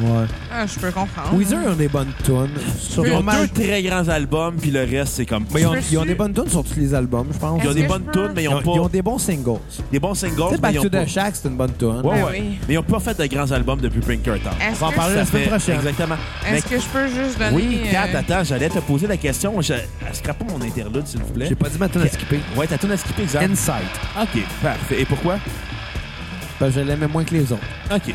Ouais.
Ah, je peux comprendre.
Weezer ont des bonnes tunes. Sur
Ils ont
pas mal-
deux très grands albums, puis le reste, c'est comme.
Mais ils, ont,
Je peux
ils ont
su-
des bonnes tunes sur tous les albums, je pense.
Ils ont
Est-ce
des
que
bonnes
je peux-
tunes, mais ils
Ils ont-
ont
ils ont
pas.
des bons singles. Tu
Des bons singles,
sais,
mais ils
Back
ont
to
pas.
the Shack, c'est une bonne tune.
Ouais,
Ben
ouais.
oui.
Mais ils ont pas fait de grands albums depuis Pinkerton.
Est-ce
On va en
que
parler
je-
la semaine
Fait-
prochaine.
Exactement. Mais-
Est-ce que je peux juste donner.
Oui, Kat,
euh,
attends, j'allais te poser la question. Je... Scrape pas mon interlude, s'il vous plaît.
J'ai pas dit ma tune à skipper.
Ouais, t'as tout à skipper, exact.
Insight.
OK, parfait. Et pourquoi?
Parce que Ben, je l'aimais moins que les autres.
OK.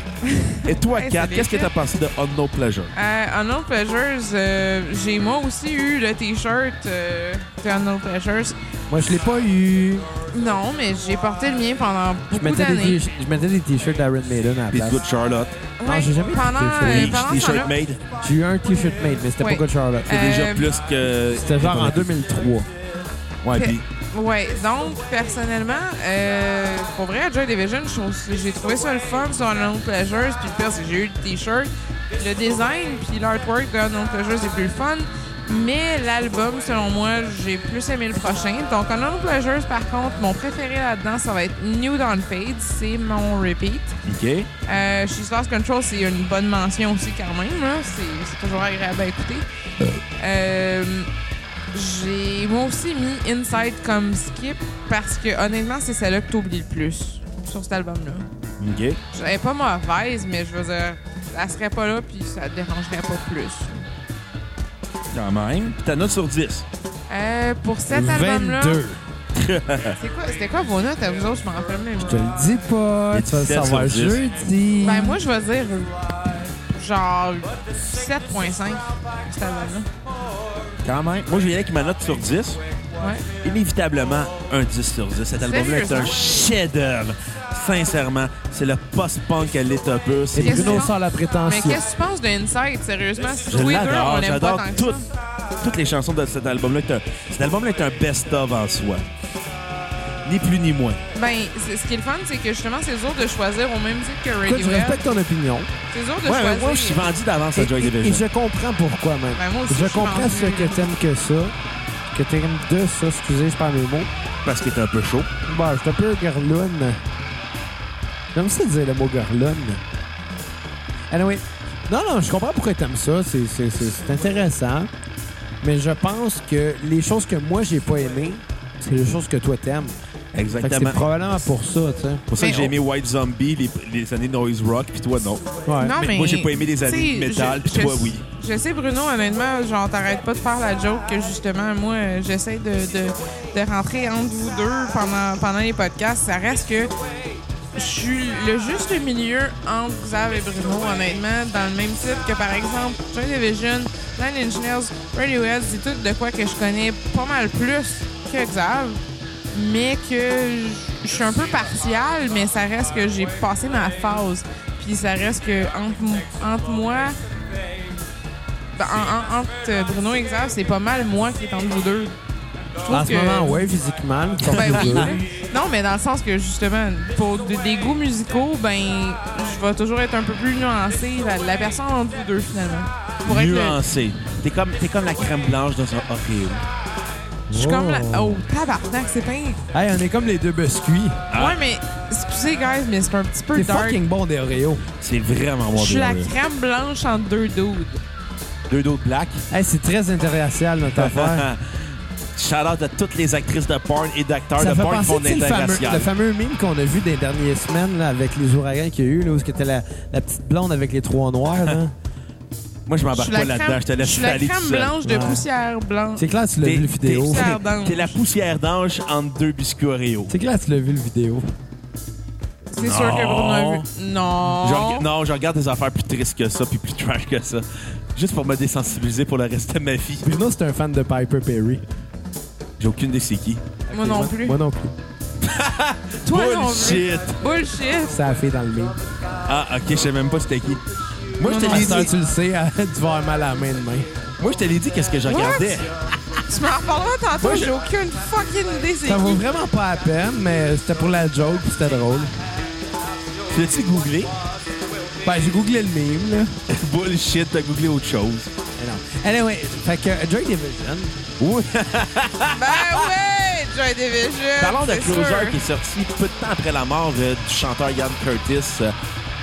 Et toi,
Hey,
Kat,
c'est
qu'est-ce que
léger.
t'as pensé de On No Pleasure?
Euh, Arnold Pleasures, euh, j'ai moi aussi eu le t-shirt euh, de Arnold Pleasures.
Moi, je l'ai pas eu.
Non, mais j'ai porté le mien pendant
Je
beaucoup
mettais
d'années.
des, t- je mettais des t-shirts d'Iron Maiden à la
Pis
place.
Good Charlotte,
Ouais,
Non, j'ai jamais
pendant,
porté le
euh,
t-shirt.
pendant ce
T-shirt
temps-là,
Made,
J'ai eu un t-shirt made, mais c'était
Ouais.
pas Good Charlotte.
c'est déjà
Euh,
plus que...
C'était genre en 2003.
Ouais,
Fait-
pis
Ouais, donc personnellement, euh, pour vrai, à Joy Division, je trouve- j'ai trouvé ça le fun sur Unknown Pleasures. Puis le pire, c'est que j'ai eu le t-shirt, le design, puis l'artwork de Unknown Pleasures, c'est plus le fun. Mais l'album, selon moi, j'ai plus aimé le prochain. Donc Unknown Pleasures, par contre, mon préféré là-dedans, ça va être New Dawn Fade. C'est mon repeat.
OK.
Euh, She's Lost Control, c'est une bonne mention aussi quand même. là. C'est c'est toujours agréable à écouter. Euh, J'ai moi aussi mis Inside comme skip parce que honnêtement, c'est celle-là que t'oublies le plus sur cet album-là.
OK.
Je- Elle est pas mauvaise, mais je veux dire, elle serait pas là puis ça te dérangerait pas plus.
Quand même. Pis ta note sur 10.
Euh, pour cet album-là,
22.
c'est quoi- c'était quoi, vos notes à vous autres? Je m'en rappelle même.
Je te le dis pas.
Il y a
Tu vas le
17 sur
savoir
10.
jeudi.
Ben moi, je vais dire genre 7.5 cet album-là.
Quand même. Moi, je vais y aller avec ma note sur 10.
Ouais.
Inévitablement, un 10 sur 10. Cet album-là est un
Sérieusement?
chef-d'œuvre. Sincèrement, c'est le post-punk à l'état pur. C'est
Et
Qu'est-ce
Bruno
que-
sort la
Mais
prétention.
qu'est-ce que tu penses de Inside, sérieusement?
Je
Twitter,
l'adore,
on aime pas
j'adore
tant que
toutes,
ça.
toutes les chansons de cet album-là. est un- Cet album-là est un best-of en soi. Ni plus ni moins.
Ben, c'est- ce qui est le fun, c'est que justement, c'est dur de choisir au même titre que
Écoute, je
Radiohead.
respecte ton opinion.
C'est dur de
Ouais, mais
choisir.
moi, je suis vendu d'avance
Et,
à Joy
et- et
Division.
je comprends pourquoi, même.
Ben, moi aussi,
je
je suis
comprends
vendu.
ce que t'aimes que ça. Que t'aimes de ça, excusez, je parle mes mots.
Parce qu'il est un peu chaud.
Bon, je suis un peu garlonne. J'aime ça dire le mot garlonne. Anyway. Non, non, je comprends pourquoi t'aimes ça. C'est- C'est c'est- c'est intéressant. Mais je pense que les choses que moi, j'ai pas aimées, c'est les choses que toi, t'aimes. Fait que
Exactement.
c'est
C'est
probablement pour ça, tu sais.
pour ça que
Mais oh.
j'ai
on-
aimé White Zombie, les, les années Noise Rock, puis toi, non.
Ouais.
Non,
Mais
mais,
moi, j'ai pas aimé les années
tu sais,
de métal,
je-
puis
je-
toi, oui.
Je sais, Bruno, honnêtement, genre, t'arrêtes pas de faire la joke que justement, moi, euh, j'essaie de, de, de rentrer entre vous deux pendant, pendant les podcasts. Ça reste que je suis le juste milieu entre Xav et Bruno, honnêtement, dans le même type que, par exemple, Joy Division, Nine Inch Nails, Radiohead, c'est tout de quoi que je connais pas mal plus que Xav, mais que je- je suis un peu partial, mais ça reste que j'ai passé ma phase. Puis ça reste que entre, m- entre moi, ben, en- en- entre Bruno et Xav, c'est pas mal moi qui est entre vous deux. Je trouve
En ce
que-
moment, ouais, physiquement. comme
ben
tu
oui,
veux.
là. Non, mais dans le sens que justement, pour de- des goûts musicaux, ben, je vais toujours être un peu plus nuancée. La, la personne entre vous deux, finalement. Pour être le-
Nuancé. T'es comme, t'es comme la crème blanche dans un oreo.
Je suis comme la.
Oh.
Oh, tabarnak, c'est bien.
Hey, on est comme les deux biscuits.
Ah.
Ouais, mais, excusez, guys, mais c'est un petit peu
C'est
dark.
fucking bon des Oreos.
C'est vraiment
Je
mon
suis la
délire.
crème blanche entre deux dudes.
Deux d'autres black.
Hey, c'est très international notre affaire.
Shout out à toutes les actrices de porn et d'acteurs
Ça
de
fait
porn qui
penser
font
tu sais,
de
le fameux, le
l'interracial.
fameux mime qu'on a vu des dernières semaines là, avec les ouragans qu'il y a eu, là, où c'était la, la petite blonde avec les trois noirs. là.
Moi, je
Je suis
m'embarque
la
Ah, bah, pas là-dedans.
crème,
Je te
je
laisse euh,
suis la
aller tout
crème
seul.
blanche de
Ouais.
poussière blanche.
C'est clair, tu l'as
T'es-
vu le
t'es-
vidéo.
Poussière d'ange.
T'es la poussière d'ange entre deux biscuits Oreo.
C'est clair, tu l'as vu le vidéo.
C'est sûr que Bruno a vu. Non.
Je rega- non, je regarde des affaires plus tristes que ça, puis plus trash que ça. Juste pour me désensibiliser pour le reste de ma vie.
Bruno, c'est un fan de Piper Perry.
J'ai aucune idée c'est qui.
Moi non plus.
Moi non plus.
Toi non plus.
Bullshit!
Bullshit.
Ça a fait dans le mille.
Ah, ok, je sais même pas c'était qui. Moi, je te
Non,
l'ai
À cette heure,
dit.
tu le sais, tu vas avoir mal à la main demain.
Moi, je te l'ai dit qu'est-ce que je regardais.
Tu m'en reparleras tantôt,
Moi, je-
j'ai aucune fucking idée c'est
Ça vaut
qui.
vraiment pas la peine, mais c'était pour la joke, puis c'était drôle.
Tu l'as-tu googlé?
Ben, j'ai googlé le meme, là.
Bullshit, t'as googlé autre chose.
Mais non. Anyway, fait que euh, Joy Division,
Oui.
Ben ouais, Joy Division.
Parlons de
c'est
Closer
sûr.
qui est sorti peu de temps après la mort euh, du chanteur Ian Curtis, euh,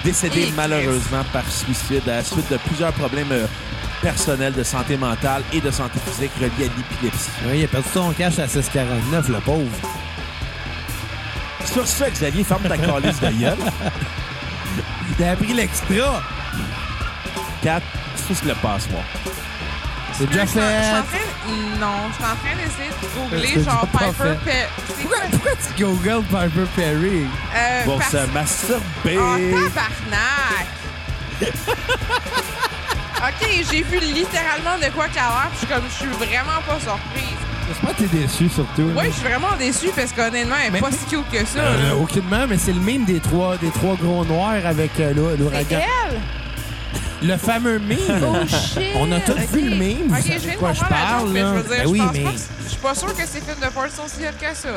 décédé
Et
malheureusement par suicide à la suite de plusieurs problèmes euh, personnels de santé mentale et de santé physique reliés à l'épilepsie.
Oui, il a perdu son cash à 6,49, le pauvre.
Sur ce, Xavier, ferme ta calice de gueule.
il a pris l'extra.
4, sous le passoire.
C'est déjà
Je suis en- je suis en
fait.
train- Non, je suis en train d'essayer de
C'est
googler genre
déjà pas
Piper
fait.
Pet. C'est quoi?
Pourquoi, pourquoi tu googles Piper Perry?
Euh,
Pour
parce-
se masturber.
Oh, tabarnak! OK, j'ai vu littéralement de quoi qu'à l'heure, puis je suis comme, je suis vraiment pas surprise.
J'espère que t'es déçu, surtout.
Oui, je suis vraiment déçue, parce qu'honnêtement, elle est
Mais-
pas si cute que ça.
Euh,
là.
aucunement, mais c'est le meme des trois, des trois gros noirs avec euh, l'ou-
C'est
l'ouragan.
elle!
Le fameux meme.
Oh shit!
On a tous
Ok.
vu le meme, vous
Ok,
savez
je viens de
quoi je
comprendre la
parle,
joke, mais je
là.
veux dire,
Ben oui,
je pense
mais-
pas que- Je suis pas sûre que ces films de porn sont si hot que ça.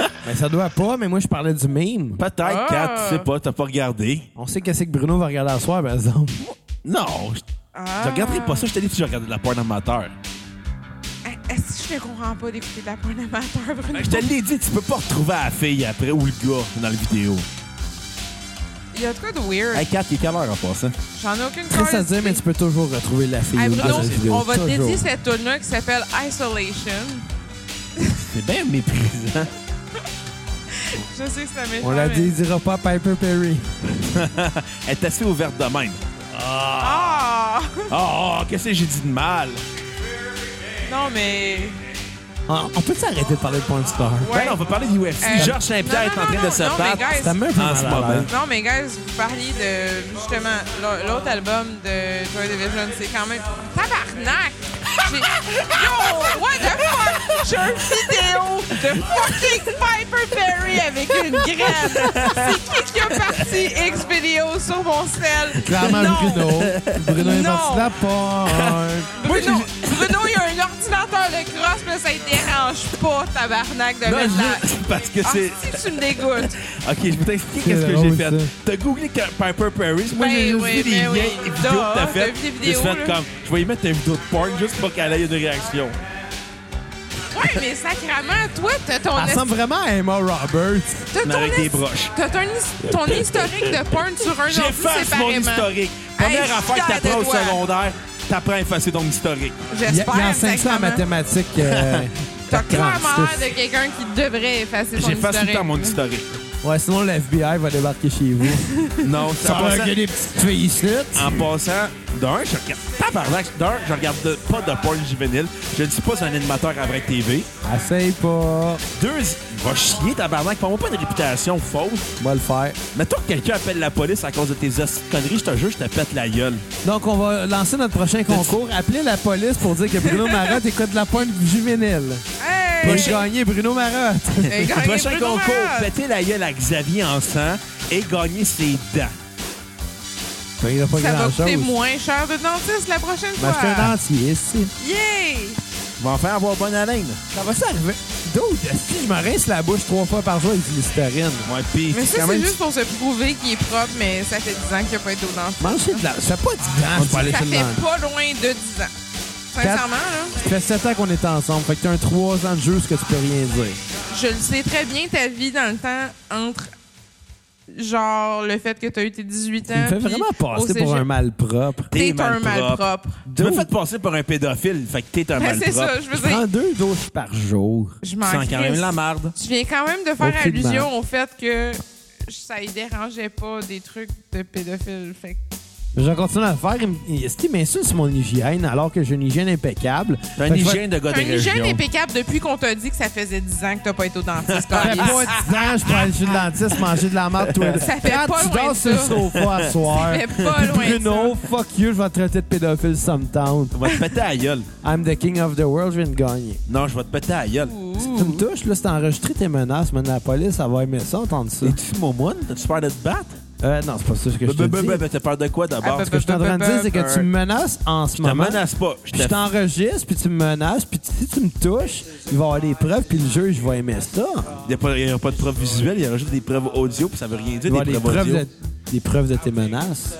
là.
mais ça doit pas, mais moi je parlais du meme.
Peut-être,
Ah.
4, tu sais pas, t'as pas regardé.
On sait qu'est-ce que Bruno va regarder à soir, par exemple.
Non, je,
Ah.
je regarderai pas ça. Je t'ai dit que je regardais de la porn amateur.
Eh, Est-ce que je ne comprends pas d'écouter de la porn amateur, Bruno?
Ben, je te l'ai dit, tu peux pas retrouver la fille après ou le gars dans la vidéo.
Il y a de quoi de weird.
Hey, 4, il est quelle heure en passant?
J'en ai aucune
Triste à
calice
dire, mais tu peux toujours retrouver la fille
Hey,
dans
Bruno,
la vidéo.
on va te
Toujours.
dédier cette tune-là qui s'appelle Isolation.
C'est bien méprisant.
Je sais que ça méchant.
On la
mais-
dédiera pas à Piper Perry.
Elle est assez ouverte de même.
Ah!
Oh, qu'est-ce que j'ai dit de mal?
Non, mais.
On, on peut s'arrêter de parler de Porn Star?
Ouais.
Ben, on va parler du UFC.
Euh,
Georges Saint-Pierre
non,
est en
non,
train
non,
de se
non, mais
battre.
guys,
Ça me met un peu
En
mal
ce
à
moment.
l'aise.
Non, mais, guys, vous parliez de. Justement, l'a- l'autre album de Joy Division, c'est quand même. Tabarnak! J'ai- Yo! What the fuck? J'ai une vidéo de fucking Piper Perry avec une graine! C'est qui qui a parti X-Video sur mon sel?
Clairement,
Non.
Bruno. Bruno est
Non.
parti de la porn.
Bruno, Bruno, il y a un ordinateur de crosse, mais ça ne dérange pas, tabarnak, de
Non,
mettre la...
juste parce que
Ah,
c'est.
si tu me dégoûtes.
Ok, je vais t'expliquer
C'est
qu'est-ce que j'ai
drôle,
fait.
ça.
T'as googlé que Piper Paris. Moi,
Ben
j'ai juste
oui,
vu des
ben
liens
oui.
et vidéos
Dah,
que t'as
t'as
fait.
vu des
J'ai
vidéos,
fait
là.
comme. Je vais y mettre ta vidéo de porn juste pour qu'elle ait une réaction.
Ouais, mais sacrament, toi, t'as ton,
Elle
as-
ressemble vraiment à Emma Roberts.
t'as ton,
Mais avec des
his-
broches.
t'as ton, his- ton historique de porn sur un ordi
J'efface mon
séparément.
historique.
Hey,
Première
je suis
affaire que
fière de
t'apprends au
toi.
secondaire, t'apprends à effacer ton historique.
Il, il
J'espère,
enseigne ça en
sacrement.
mathématiques. euh,
T'as
36.
clairement l'air de quelqu'un qui devrait effacer son
J'efface tout le
historique.
temps mon historique.
Ouais, sinon le FBI va débarquer chez vous.
Non, ça
va
passe.
des petites filles ici.
En passant, d'un, je regarde tabarnak, d'un, je regarde de- pas de porn juvénile. Je ne suis pas un animateur à vraie TV.
Essaye pas.
Deux, va chier tabarnak, fais-moi pas une réputation fausse.
On va le faire.
Mettons que quelqu'un appelle la police à cause de tes hosties de conneries, je te jure, je te pète la gueule.
Donc, on va lancer notre prochain concours. Appelez la police pour dire que Bruno Marotte écoute de la pointe juvénile. Pour
Hey!
gagner Bruno Marotte.
Hey, gagnez
Prochain
Bruno
concours,
Mars.
péter la gueule à Xavier en sang et gagner ses dents.
Ça ira pas
Ça va coûter
grand-chose.
moins cher de dentiste la prochaine
Ben,
Mais c'est un
fois.
entier, ici.
Yeah!
Va en faire avoir bonne haleine.
Ça va s'arriver. Dude, si je me rince la bouche trois fois par jour avec du Listerine.
Ouais, pis
Mais ça,
quand
c'est
même,
juste pour se prouver qu'il est propre, mais ça fait 10 ans qu'il n'y a pas été au dentiste.
Manger de la... Ça fait pas du grand.
On peut aller
Ça
sur le
fait pas loin de 10 ans. Sincèrement, là,
Ça fait sept ans qu'on est ensemble. Fait que t'as un trois ans de jeu, ce que tu peux rien dire.
je le sais très bien, ta vie dans le temps entre genre le fait que t'as eu tes 18 ans.
Tu me fais
puis
vraiment
au
passer
cégep,
pour un malpropre.
T'es un malpropre.
Tu m'as fait passer pour un pédophile, fait que t'es un
Ben, c'est
malpropre.
ça, je veux
Je
dire,
prends deux doses par jour.
je
Tu
m'en
sens quand même
crisse.
la marde.
Tu viens quand même de faire
Aucunement.
allusion au fait que ça y dérangeait pas des trucs de pédophiles. Fait que
Je continue à le faire. Il me- il- Est-ce qu'il m'insulte sur mon hygiène alors que j'ai une hygiène impeccable?
T'as
Fait
une
que je vais-
hygiène de gars de
Un hygiène
région.
impeccable depuis qu'on t'a dit que ça faisait 10 ans que t'as pas été au dentiste.
Ça fait
Carlis.
pas 10 ans, je pourrais aller chez le dentiste, manger de la merde tous les deux.
Ça fait
Quand
pas
tu
loin
dors
de
sur le
ça.
sofa à soir.
Ça fait pas loin de
Bruno, fuck you, je vais te traiter de pédophile sometime.
Je vais te péter à la gueule.
I'm the king of the world, je viens de gagner.
Non, je vais te péter à la gueule.
Tu me touches, là, c'est enregistré tes menaces, mais la police, elle va aimer ça, entendre ça.
Es-tu momoun? T'as-tu peur de te battre?
Euh, non, c'est pas ça que je te
Ben, ben, ben,
dis.
ben, T'as peur de quoi d'abord?
Ah,
Je
Ce que je suis en train de dire, c'est que tu me menaces en ce
te
moment.
menace pas. Je
Puis je
te
t'enregistre, puis tu me menaces, puis si tu me touches, il va y avoir des preuves, puis le juge va aimer ça.
Il n'y aura pas de preuves visuelles, il y aura juste des preuves audio, puis ça veut rien
Il
dire,
va y avoir
des
des
preuves
preuves,
audio.
de, des preuves de tes menaces.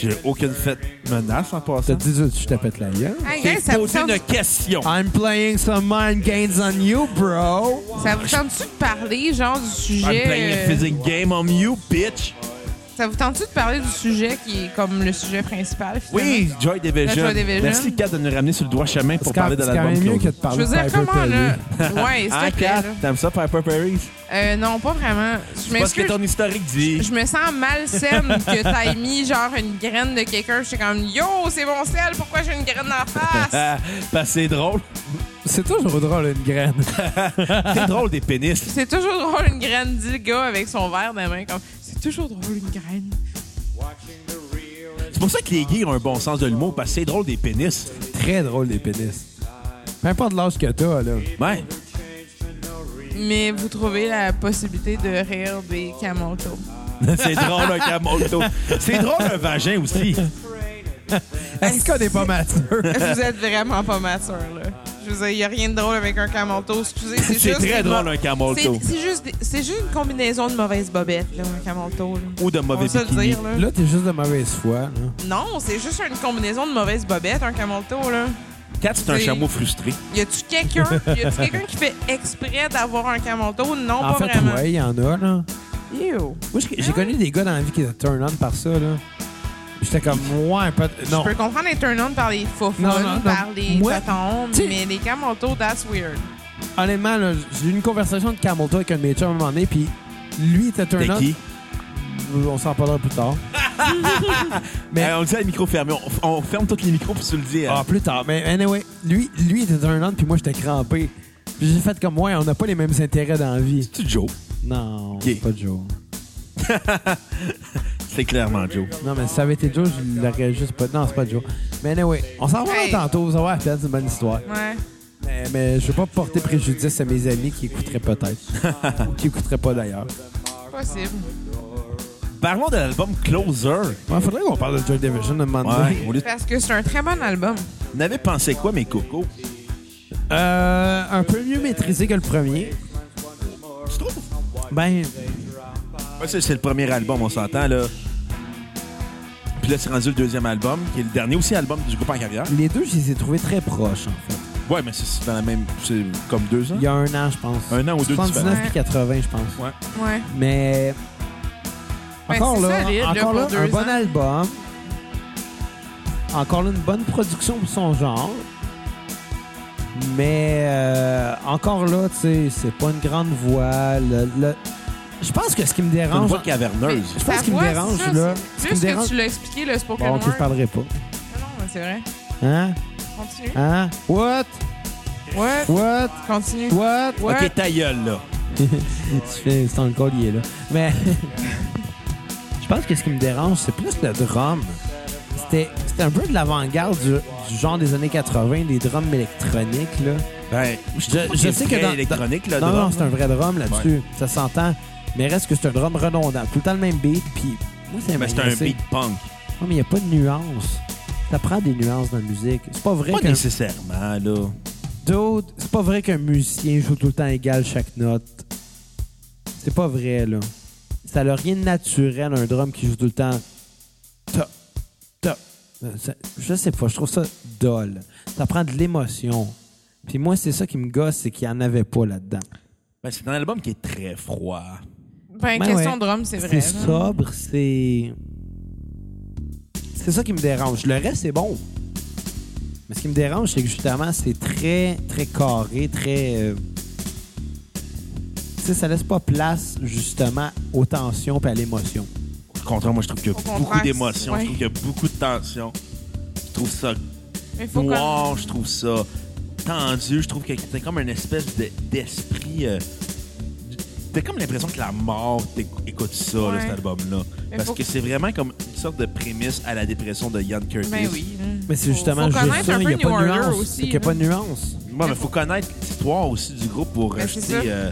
J'ai aucune faite menace en
T'as
passant.
dit, je te pète la gueule.
Hey,
J'ai
guys, ça Ah, vous
posé
tente-
une question.
I'm playing some mind games on you, bro.
ça vous tente-tu de parler, genre,
Ah,
du
I'm
sujet...
playing
euh,
a physics game on you, bitch.
Ça vous tente-tu de parler du sujet qui est comme le sujet principal, finalement?
Oui, Joy Division.
La Joy Division.
Merci, Kat, de nous ramener sur le droit chemin pour
C'est quand,
parler
c'est
de
quand
l'album.
même mieux que
Claude.
de parler
Je veux dire,
de Piper
comment, là?
Perry.
Ouais, s'il
Ah,
te plaît, là.
Kat, t'aimes ça, Piper Perry?
Euh, non, pas vraiment. Je
Parce que
m'excuse.
ton historique dit.
Je me sens malsaine que t'aies mis genre une graine de quelqu'un. Je suis comme Yo, c'est mon sel, pourquoi j'ai une graine en face?
Ah, parce que c'est drôle.
C'est toujours drôle, une graine.
C'est drôle des pénis.
c'est toujours drôle une graine, dit le gars avec son verre de main. Comme c'est toujours drôle une graine.
C'est pour ça que les gays ont un bon sens de l'humour, parce que c'est drôle des pénis.
Très drôle, les pénis. Peu importe l'âge que t'as, là.
Ouais.
Mais vous trouvez la possibilité de rire des camotos.
C'est drôle un camoto. C'est drôle un vagin aussi.
Est-ce qu'on est pas mature?
vous êtes vraiment pas mature, là. Je veux dire, il n'y a rien de drôle avec un camoto. Excusez, c'est
C'est
juste.
très
des-
drôle un camoto.
C'est c'est juste, des- c'est juste une combinaison de mauvaises bobettes, là, un camoto. là.
Ou de
On
mauvais
va se le
bikini.
dire, là.
Là, t'es juste de mauvaise foi. là.
Non, c'est juste une combinaison de mauvaises bobettes, un camelto, là.
Kat, c'est un
C'est-
chameau frustré.
Y a-tu quelqu'un y a-tu quelqu'un qui fait exprès d'avoir un camelto? Non,
En
pas
fait,
vraiment.
ouais, il y en a, là.
Ew.
Moi, j'ai- j'ai connu des gars dans la vie qui étaient turn on par ça, là. J'étais comme, ouais, pas.
Je
Non.
peux comprendre les turn-on par les faux
Non, non, non.
par les
Moi,
tatons,
tu sais-
mais les cameltos, that's weird.
Honnêtement, là, j'ai eu une conversation de Camelto avec un de mes chums à un moment donné, puis lui était
T'es
turn on.
qui?
On s'en parlera plus tard. Mais-
Hey, on le dit à le micro fermé. On, on ferme tous les micros pour se le dire.
Ah, plus tard. Mais anyway, lui, lui était turn on, puis moi, j'étais crampé. Puis j'ai fait comme, ouais, on n'a pas les mêmes intérêts dans la vie.
C'est Joe.
Non,
Ok.
pas Joe.
C'est clairement Joe.
Non, mais si ça avait été Joe, je l'aurais juste pas. Non, c'est pas Joe. Mais anyway, on s'en reparle
Hey.
tantôt, ça va à peine, c'est une bonne histoire.
Ouais.
Mais, mais je veux pas porter préjudice à mes amis qui écouteraient peut-être. Ou qui écouteraient pas d'ailleurs.
Possible.
Parlons de l'album Closer.
Ouais, faudrait qu'on parle de Joy Division un moment donné.
Ouais. Au lieu de-
Parce que c'est un très bon album.
Vous n'avez pensé quoi, mes cocos?
Euh, un peu mieux maîtrisé que le premier.
Tu trouves?
Ben,
Ouais, c'est, c'est le premier album, on s'entend, là. Puis là, c'est rendu le deuxième album, qui est le dernier aussi album du groupe en carrière.
les deux, je les ai trouvés très proches, en fait.
Ouais, mais c'est, c'est dans la même. C'est comme deux ans.
Il y a un an, je pense.
Un an ou deux de
79
différence.
puis 80, je pense.
Ouais.
Mais.
Ben,
Encore
c'est
là,
solide, là,
encore
pour
là,
deux
un bon
ans.
album. Encore là, une bonne production pour son genre. Mais euh, encore là, tu sais, c'est pas une grande voix. Le- le- Je pense que ce qui me
C'est une
dérange.
voix caverneuse.
Mais
Je pense
ta
qu'il me
voix,
dérange,
c'est ça,
là.
c'est-
Ce qui me
Plus
dérange-
que tu l'as expliqué, le spoken
Bon, ok,
word.
je parlerai pas.
Non, non, mais c'est vrai.
Hein?
Continue.
Hein? What? Ah.
Ouais.
What?
Continue.
What?
Ouais.
Ok, ta gueule, là.
Tu fais- C'est dans le col, il est là. Mais je pense que ce qui me dérange, c'est plus le drum. C'était c'était un peu de l'avant-garde du, du genre des années 80, des drums électroniques. Là.
Ben,
Je- je sais que dans-
électronique, là,
non,
drum,
non, c'est un vrai drum là-dessus.
Ouais.
Ça s'entend. Mais reste que c'est un drum redondant. Tout le temps le même beat, puis moi, c'est
Mais Ben, c'est un beat punk.
Non, mais il n'y a pas de nuance. Ça prend des nuances dans la musique. C'est pas vrai
Pas
qu'un
nécessairement, là.
dude, c'est pas vrai qu'un musicien joue tout le temps égal chaque note. C'est pas vrai, là. Ça n'a rien de naturel, un drum qui joue tout le temps. Ta, ta. Euh, ça- Je sais pas, je trouve ça dole. Ça prend de l'émotion. Puis moi, c'est ça qui me gosse, c'est qu'il n'y en avait pas là-dedans.
Ben, c'est un album qui est très froid.
Ben,
Ben
question
ouais.
de rhum, c'est vrai.
C'est
là.
sobre, c'est. C'est ça qui me dérange. Le reste, c'est bon. Mais ce qui me dérange, c'est que justement, c'est très, très carré, très. euh, Tu sais, ça laisse pas place, justement, aux tensions et à l'émotion.
contraire, moi, je trouve qu'il y a
Au
beaucoup
contraire,
d'émotions.
ouais.
Je trouve qu'il y a beaucoup de tension. Je trouve ça
Mais faut comme-
noir, je trouve ça tendu. Je trouve que t'as comme une espèce de- d'esprit. euh, T'as comme l'impression que la mort t'éc- écoute ça, là,
Ouais.
cet album-là.
Mais
Parce
faut-
que c'est vraiment comme une sorte de prémisse à la dépression de Ian Curtis.
Ben oui. hein.
Mais c'est
Faut-
justement
faut
juste
connaître
ça.
un
Il
peu
n'y a
New
pas de
Order
nuance.
aussi,
Il n'y a
là.
pas de nuance.
Bon, mais faut connaître l'histoire aussi du groupe pour
Ben, c'est
rajouter.
ça.
euh,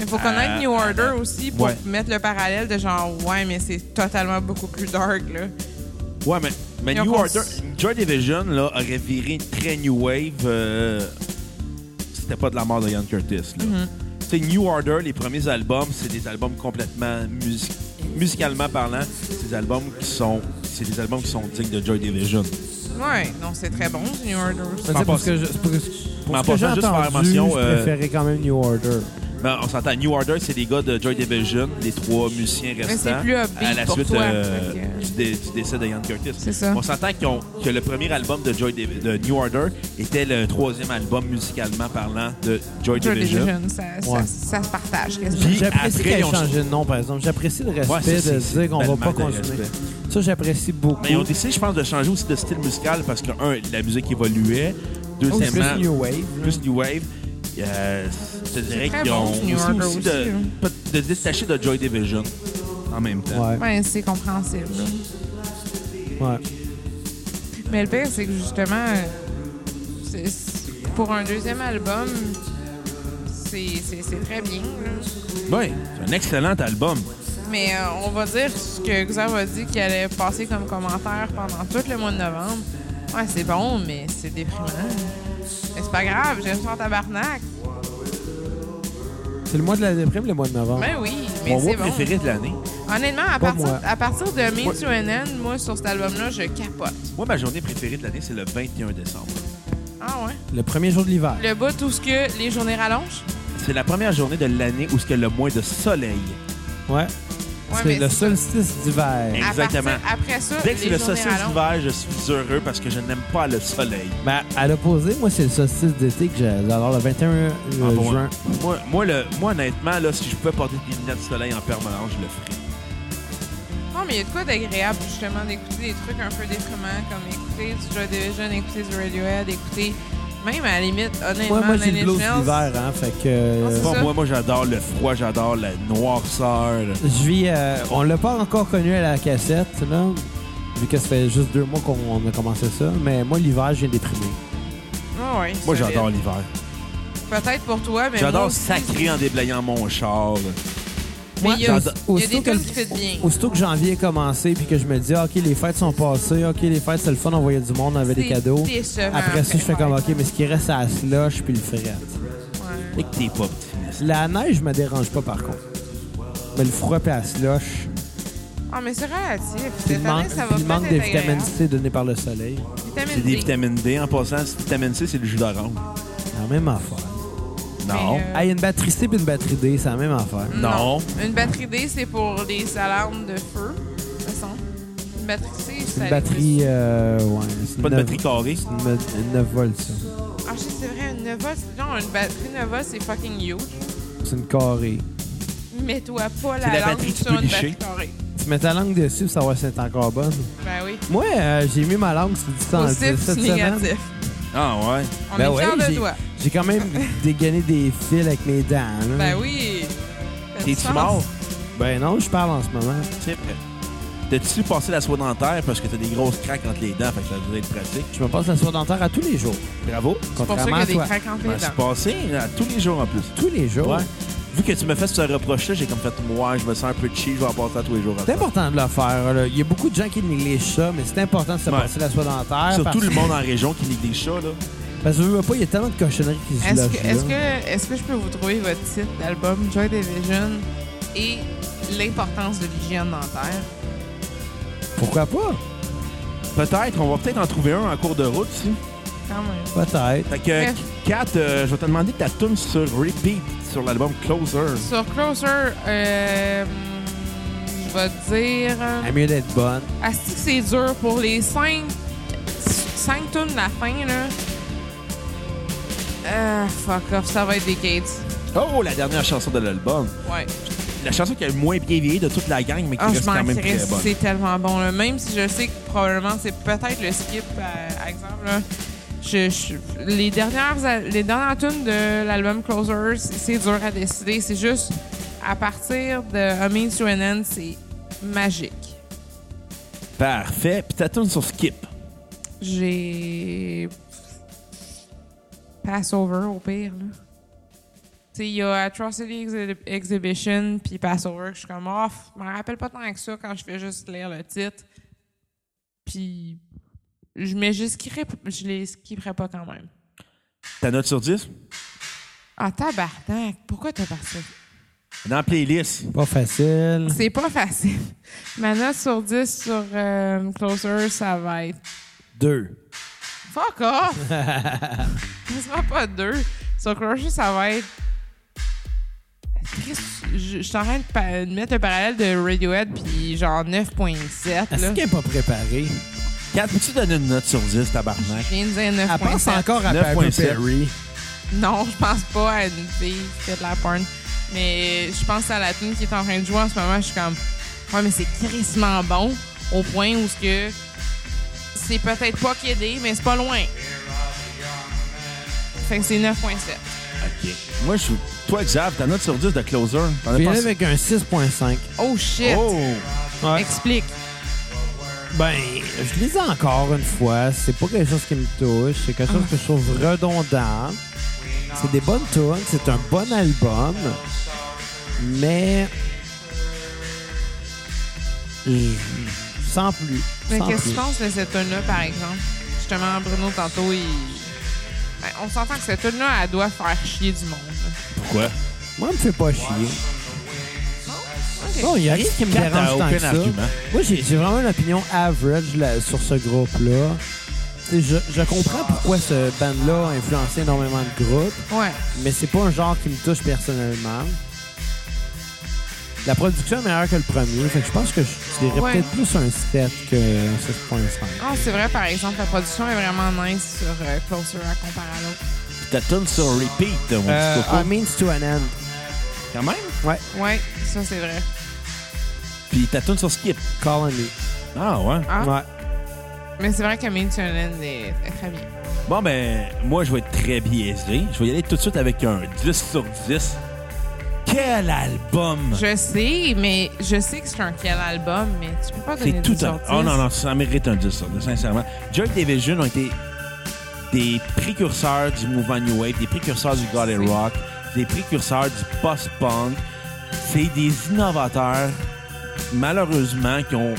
Il faut connaître
Euh,
New Order
euh,
aussi pour
ouais.
mettre le parallèle de genre, ouais, mais c'est totalement beaucoup plus dark, là.
Ouais, mais, mais
Ils ont
New
cons-
Order, Joy Division là, aurait viré très New Wave. euh, C'était pas de la mort de Ian Curtis. Là.
Mm-hmm.
Tu sais, New Order, les premiers albums, c'est des albums complètement musi- musicalement parlant. C'est des albums qui sont, c'est des albums qui sont dignes de Joy Division.
Ouais, non, c'est très bon, du New Order aussi.
Mais
En
c'est parce
passant-
que je- c'est parce que- pour
Mais en
ce que j'ai
passant, juste faire
entendu,
mention, euh,
je préférais quand même New Order.
Mais Ben, on s'entend, New Order, c'est les gars de Joy Division, les trois musiciens restants.
c'est plus upbeat
à la
pour
suite
toi,
euh,
fait que-
du, dé- du décès de Ian Curtis.
C'est ça.
On s'entend qu'ils ont- que le premier album de, Joy Divi- de New Order était le troisième album musicalement parlant de Joy,
Joy
Division.
Division, ça, ça-
Ouais.
ça se partage
Puis
quasiment.
après,
J'apprécie qu'elle
ils
ait
ont-
changé de nom, par exemple. J'apprécie le respect
Ouais, c'est-
de
c'est-
dire qu'on
c'est
va pas
tellement de
consommer.
respect.
Ça, j'apprécie beaucoup.
Mais ils ont décidé, je pense, de changer aussi de style musical parce que, un, la musique évoluait. Deuxièmement,
plus New Wave.
plus New Wave. Euh, je te dirais
très
qu'ils
bon,
ont
New
aussi,
Order
aussi
aussi,
de,
hein.
pas- de détacher de Joy Division en même temps.
Ouais,
Ouais, c'est compréhensible. là.
ouais.
Mais le pire, c'est que justement, c'est- c'est- pour un deuxième album, c'est c'est- c'est très bien. là.
Ouais, c'est un excellent album.
Mais euh, on va dire ce que Xav a dit qu'il allait passer comme commentaire pendant tout le mois de novembre. Ouais, c'est bon, mais c'est déprimant. Mais c'est pas grave, j'aime ça en tabarnak.
C'est le mois de la déprime, le mois de novembre.
Ben oui, mais
Mon
c'est
mois
bon.
préféré de l'année.
Honnêtement, à
Pas
partir,
moi.
à partir de Me to an End, moi, sur cet album-là, je capote.
Moi, ma journée préférée de l'année, c'est le 21 décembre.
Ah ouais?
Le premier jour de l'hiver.
Le bas, tout ce que les journées rallongent.
C'est la première journée de l'année où il y a le moins de soleil.
Ouais.
Ouais, mais
c'est le
c'est
solstice d'hiver.
À
Exactement.
partir- après ça,
Dès que c'est
les
le
journées
solstice
rallongent.
d'hiver, je suis heureux parce que je n'aime pas le soleil.
Ben, à l'opposé, moi, c'est le solstice d'été que j'adore, le 21 euh,
Ah, bon,
juin.
Moi, moi, le, moi, honnêtement, là, si je pouvais porter des lunettes de soleil en permanence, je le ferais.
Non, mais il y a de quoi d'agréable, justement, d'écouter des trucs un peu déprimants, comme écouter du Joy Division, écouter du Radiohead, écouter même à la limite, honnêtement,
Moi, moi j'ai
Nine
le
Inch
blues
Nails.
d'hiver, hein, fait que...
Ah, c'est
euh,
Bon,
ça.
moi, moi j'adore le froid, j'adore la noirceur.
Je vis. euh, on l'a pas encore connu à la cassette, là. Vu que ça fait juste deux mois qu'on on a commencé ça. Mais moi, l'hiver, j'ai déprimé.
Ah ouais,
Moi,
solide.
j'adore l'hiver.
Peut-être pour toi, mais. moi
J'adore
aussi,
sacrer en déblayant mon char.
Mais
Moi,
il y a,
j'adore-
il y a des
Aussitôt que
trucs
le-
qui font bien.
Aussitôt que janvier a commencé, puis que je me dis, Ah, OK, les fêtes sont passées, OK, les fêtes, c'est le fun, on voyait du monde, on avait des
C'est
cadeaux.
décevant,
Après ça, je fais comme, OK,
ouais.
mais ce qui reste, c'est la slush puis le fret.
Et que t'es pas optimiste.
La neige me dérange pas, par contre. Mais le froid puis la slush,
Ah, mais c'est relatif.
puis
Cette
le
année,
manque,
ça va hein.
puis le manque
peut-être
de
être
vitamine
agréable.
C donné par le soleil,
C'est des
Vitamine D.
vitamines D en passant. c'est- Vitamine C, c'est du jus d'orange.
c'est la même affaire.
Non.
Mais, euh,
Ah, il y a une batterie C puis une batterie D, c'est la même affaire.
Mm,
Non.
Une batterie D, c'est pour les alarmes de feu, de toute façon. Une batterie C, ben, c'est
Une batterie, euh, ouais. c'est
Pas de
neuf-
batterie carrée.
C'est une, ma- une 9 volts, ça.
Ah, je sais, c'est vrai, une Nova, c'est- non, une batterie Nova, c'est fucking huge.
C'est une carrée.
Mets-toi pas
C'est
la,
la
langue
batterie que tu
sur
peux
une
licher.
batterie carrée.
Tu mets ta langue dessus pour savoir si elle est encore bonne.
Ben oui.
Moi, euh, j'ai mis ma langue sur du 110
Positif,
cette
c'est
semaine.
négatif.
Ah ouais.
On
Ben
est
ouais,
fiers de
j'ai-
toi.
J'ai quand même dégainé des fils avec mes dents. là.
Ben oui. Ça
T'es-tu
se pense.
mort?
Ben non, je parle en ce moment.
T'sais, euh, T'as-tu passé la soie dentaire parce que t'as des grosses craques entre les dents, fait que ça devrait être pratique.
Je me passe la soie dentaire à tous les jours.
Bravo.
C'est pour ça qu'il
Contrairement
y a
à
des
toi.
craques entre
Ben,
les
c'est
dents.
passé à tous les jours en plus.
Tous les jours.
Ouais. Vu que tu me fais ce reproche-là, j'ai comme fait moi, je me sens un peu cheap, je vais en passer à tous les jours.
C'est important de le faire. là. Il y a beaucoup de gens qui négligent ça, mais c'est important de se
Ouais.
passer la soie dentaire.
Surtout
parce...
le monde en région qui néglige ça, là.
parce que je veux pas, il y a tellement de cochonneries qui se
Est-ce
logent
que,
là.
est-ce que, est-ce que je peux vous trouver votre titre d'album Joy Division et l'importance de l'hygiène dentaire?
Pourquoi pas?
Peut-être, on va peut-être en trouver un en cours de route, si.
Quand même.
Peut-être.
Fait que,
Ouais.
Kat, euh, je vais te demander ta tune sur Repeat sur l'album Closer.
Sur Closer, euh, je vais te dire. euh,
À mieux d'être bonne.
Asti que c'est dur pour les 5 5 tonnes de la fin là. Euh, fuck off, ça va être des Gates.
Oh, la dernière chanson de l'album.
Ouais.
la chanson qui a le moins bien vieilli de toute la gang, mais qui
Ah,
reste
je m'en
quand même
tirais,
très bonne.
c'est tellement bon. Là. Même si je sais que probablement c'est peut-être le skip, euh, par exemple. là. Je- je- les, dernières, a- les dernières tunes de l'album Closer, c'est c'est dur à décider. C'est juste à partir de A Means to an End, c'est magique.
Parfait. Puis ta tune sur Skip.
J'ai. Passover au pire. là. Tu sais, il y a Atrocity Exhi- Exhibition puis Passover que je suis comme off. Je me rappelle pas tant que ça quand je fais juste lire le titre. Puis. Je, mais je, skipperai- je les skipperai pas quand même.
Ta note sur 10?
Ah, tabarnak! Pourquoi t'as parti?
Dans la playlist.
Pas facile.
C'est pas facile. Ma note sur 10 sur euh, Closer, ça va être
Deux.
Fuck off! Ce sera pas deux. Sur Crusher, ça va être. Chris, je, je suis en train de, pa- de mettre le parallèle de Radiohead puis genre 9.7.
Est-ce
là.
qu'elle n'est pas préparée?
Kat, peux-tu donner une note sur 10, tabarnak?
Je viens de dire
Elle pense
9.7.
encore à Pablo
9.7.
Perry.
Non, je pense pas à une fille qui fait de la porn. Mais je pense à la tune qui est en train de jouer en ce moment. Je suis comme, ouais, mais c'est crissement bon au point où ce que c'est peut-être pas qu'aider, mais c'est pas loin. Fait que c'est 9.7.
OK. Moi, je suis... Toi, Xav, ta note sur 10 de Closer, t'en as
Viens
pensé-
avec un 6.5.
Oh shit!
Oh!
Ouais.
Explique.
Ben, je les ai encore une fois. C'est pas quelque chose qui me touche. C'est quelque chose que je trouve redondant. C'est des bonnes tunes. C'est un bon album. Mais. je- Sans plus.
Mais
Sans
qu'est-ce que
plus.
tu penses de cette tune-là, par exemple? Justement, Bruno, tantôt, il... Ben, on s'entend que cette tune-là, elle doit faire chier du monde.
Pourquoi?
Moi, elle me fait pas chier.
OK.
Non, Oh, il y a rien qui me
Kat, t'as
dérange tant
aucun
que ça.
argument.
Moi, j'ai j'ai vraiment une opinion average là, sur ce groupe-là. Tu sais, Je, je comprends pourquoi ce band-là a influencé énormément de groupes.
Ouais.
mais c'est pas un genre qui me touche personnellement. La production est meilleure que le premier, fait que je pense que je je dirais
Ouais.
peut-être plus un 7 que un 6.5.
Ah, c'est vrai, par exemple, la production est vraiment nice sur euh, Closer à comparer à l'autre.
Ta tune sur Repeat, mon
Euh,
petit coco.
I means to an end.
Quand même?
Ouais, ça, c'est vrai.
Puis ta tune sur Skip.
Colony.
Ah, ouais.
Ah,
Ouais.
mais c'est vrai que Maintainland est très bien.
Bon, ben, moi, je vais être très biaisé. Je vais y aller tout de suite avec un 10 sur 10. Quel album!
Je sais, mais je sais que c'est un quel album, mais tu peux pas donner
C'est tout
dix
un.
sur
Oh
dix.
non, non, ça mérite un 10 sur 10, sincèrement. Joy Division ont été des précurseurs du mouvement New Wave, des précurseurs du Gothic Rock, des précurseurs du post-punk. C'est des innovateurs, malheureusement, qui ont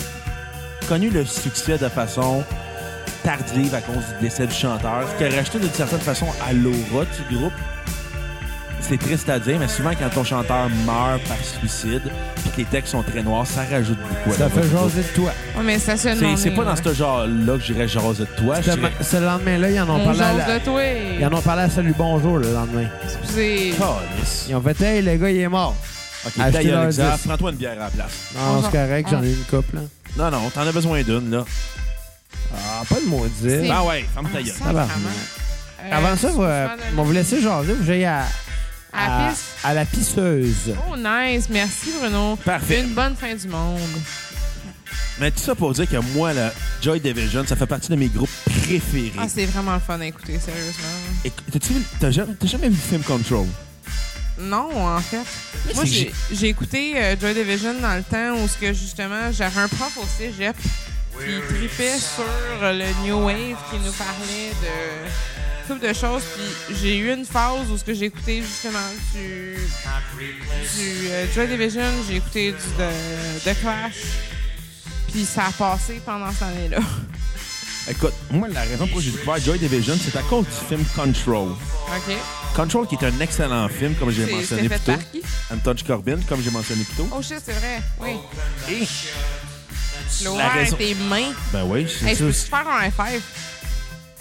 connu le succès de façon tardive à cause du décès du chanteur, ce qui a racheté d'une certaine façon à l'aura du groupe. C'est triste à dire, mais souvent quand ton chanteur meurt par suicide, puis que les textes sont très noirs, ça rajoute beaucoup. à
Ça
l'aura
fait
du groupe.
jaser de toi.
Ouais, mais ça se
C'est,
demande.
c'est pas dans ce genre-là que j'irais jaser de toi. je
Demain-
dirais,
Ce lendemain-là, ils en ont
On
parlé à
jase
la...
Euh, de toi.
Ils en ont parlé à Salut Bonjour le lendemain.
Excusez.
Ah, Calisse.
Ils ont fait Hey, le gars, il est mort.
Ok,
Achetez
ta gueule,
leur
Xav,
10.
prends-toi une bière à la place.
Non,
Bonjour.
c'est correct, j'en
Ah.
ai une couple. là.
Non, non, t'en as besoin d'une, là.
Ah, pas de maudit.
C'est-
Ben ouais, ferme ta gueule.
Sacrement.
Tabarnak.
Euh,
Avant ça,
tu
vous,
peux
euh,
faire de-
on vous laisser jaser, vous allez à,
À la
à,
piste.
à la pisseuse.
Oh, nice. Merci, Bruno.
Parfait.
Une bonne fin du monde.
Mais tout ça pour dire que moi, la Joy Division, ça fait partie de mes groupes préférés.
Ah, c'est vraiment le fun à écouter, sérieusement.
Écoute, t'as-tu vu- t'as jamais, t'as jamais vu le film Control?
Non, en fait. Moi,
c'est
j'ai j'ai écouté euh, Joy Division dans le temps où, ce que justement, j'avais un prof au cégep qui tripait sur euh, le New Wave, qui nous parlait de toutes de choses. Puis j'ai eu une phase où ce que j'ai écouté justement du, du euh, Joy Division, j'ai écouté du de, de Clash. Puis ça a passé pendant cette année-là.
Écoute, moi, la raison pour laquelle j'ai découvert Joy Division, c'est à cause du film Control.
OK?
Control, qui est un excellent film, comme j'ai
C'est-
mentionné
c'est
plus
fait
tôt.
par qui?
Anton Corbin, comme j'ai mentionné plus tôt.
Oh shit, c'est vrai. Oui.
Et...
L'ouvert
raison-
avec tes mains.
Ben oui, c'est
Oh, Hey, je
ça.
peux faire un F5?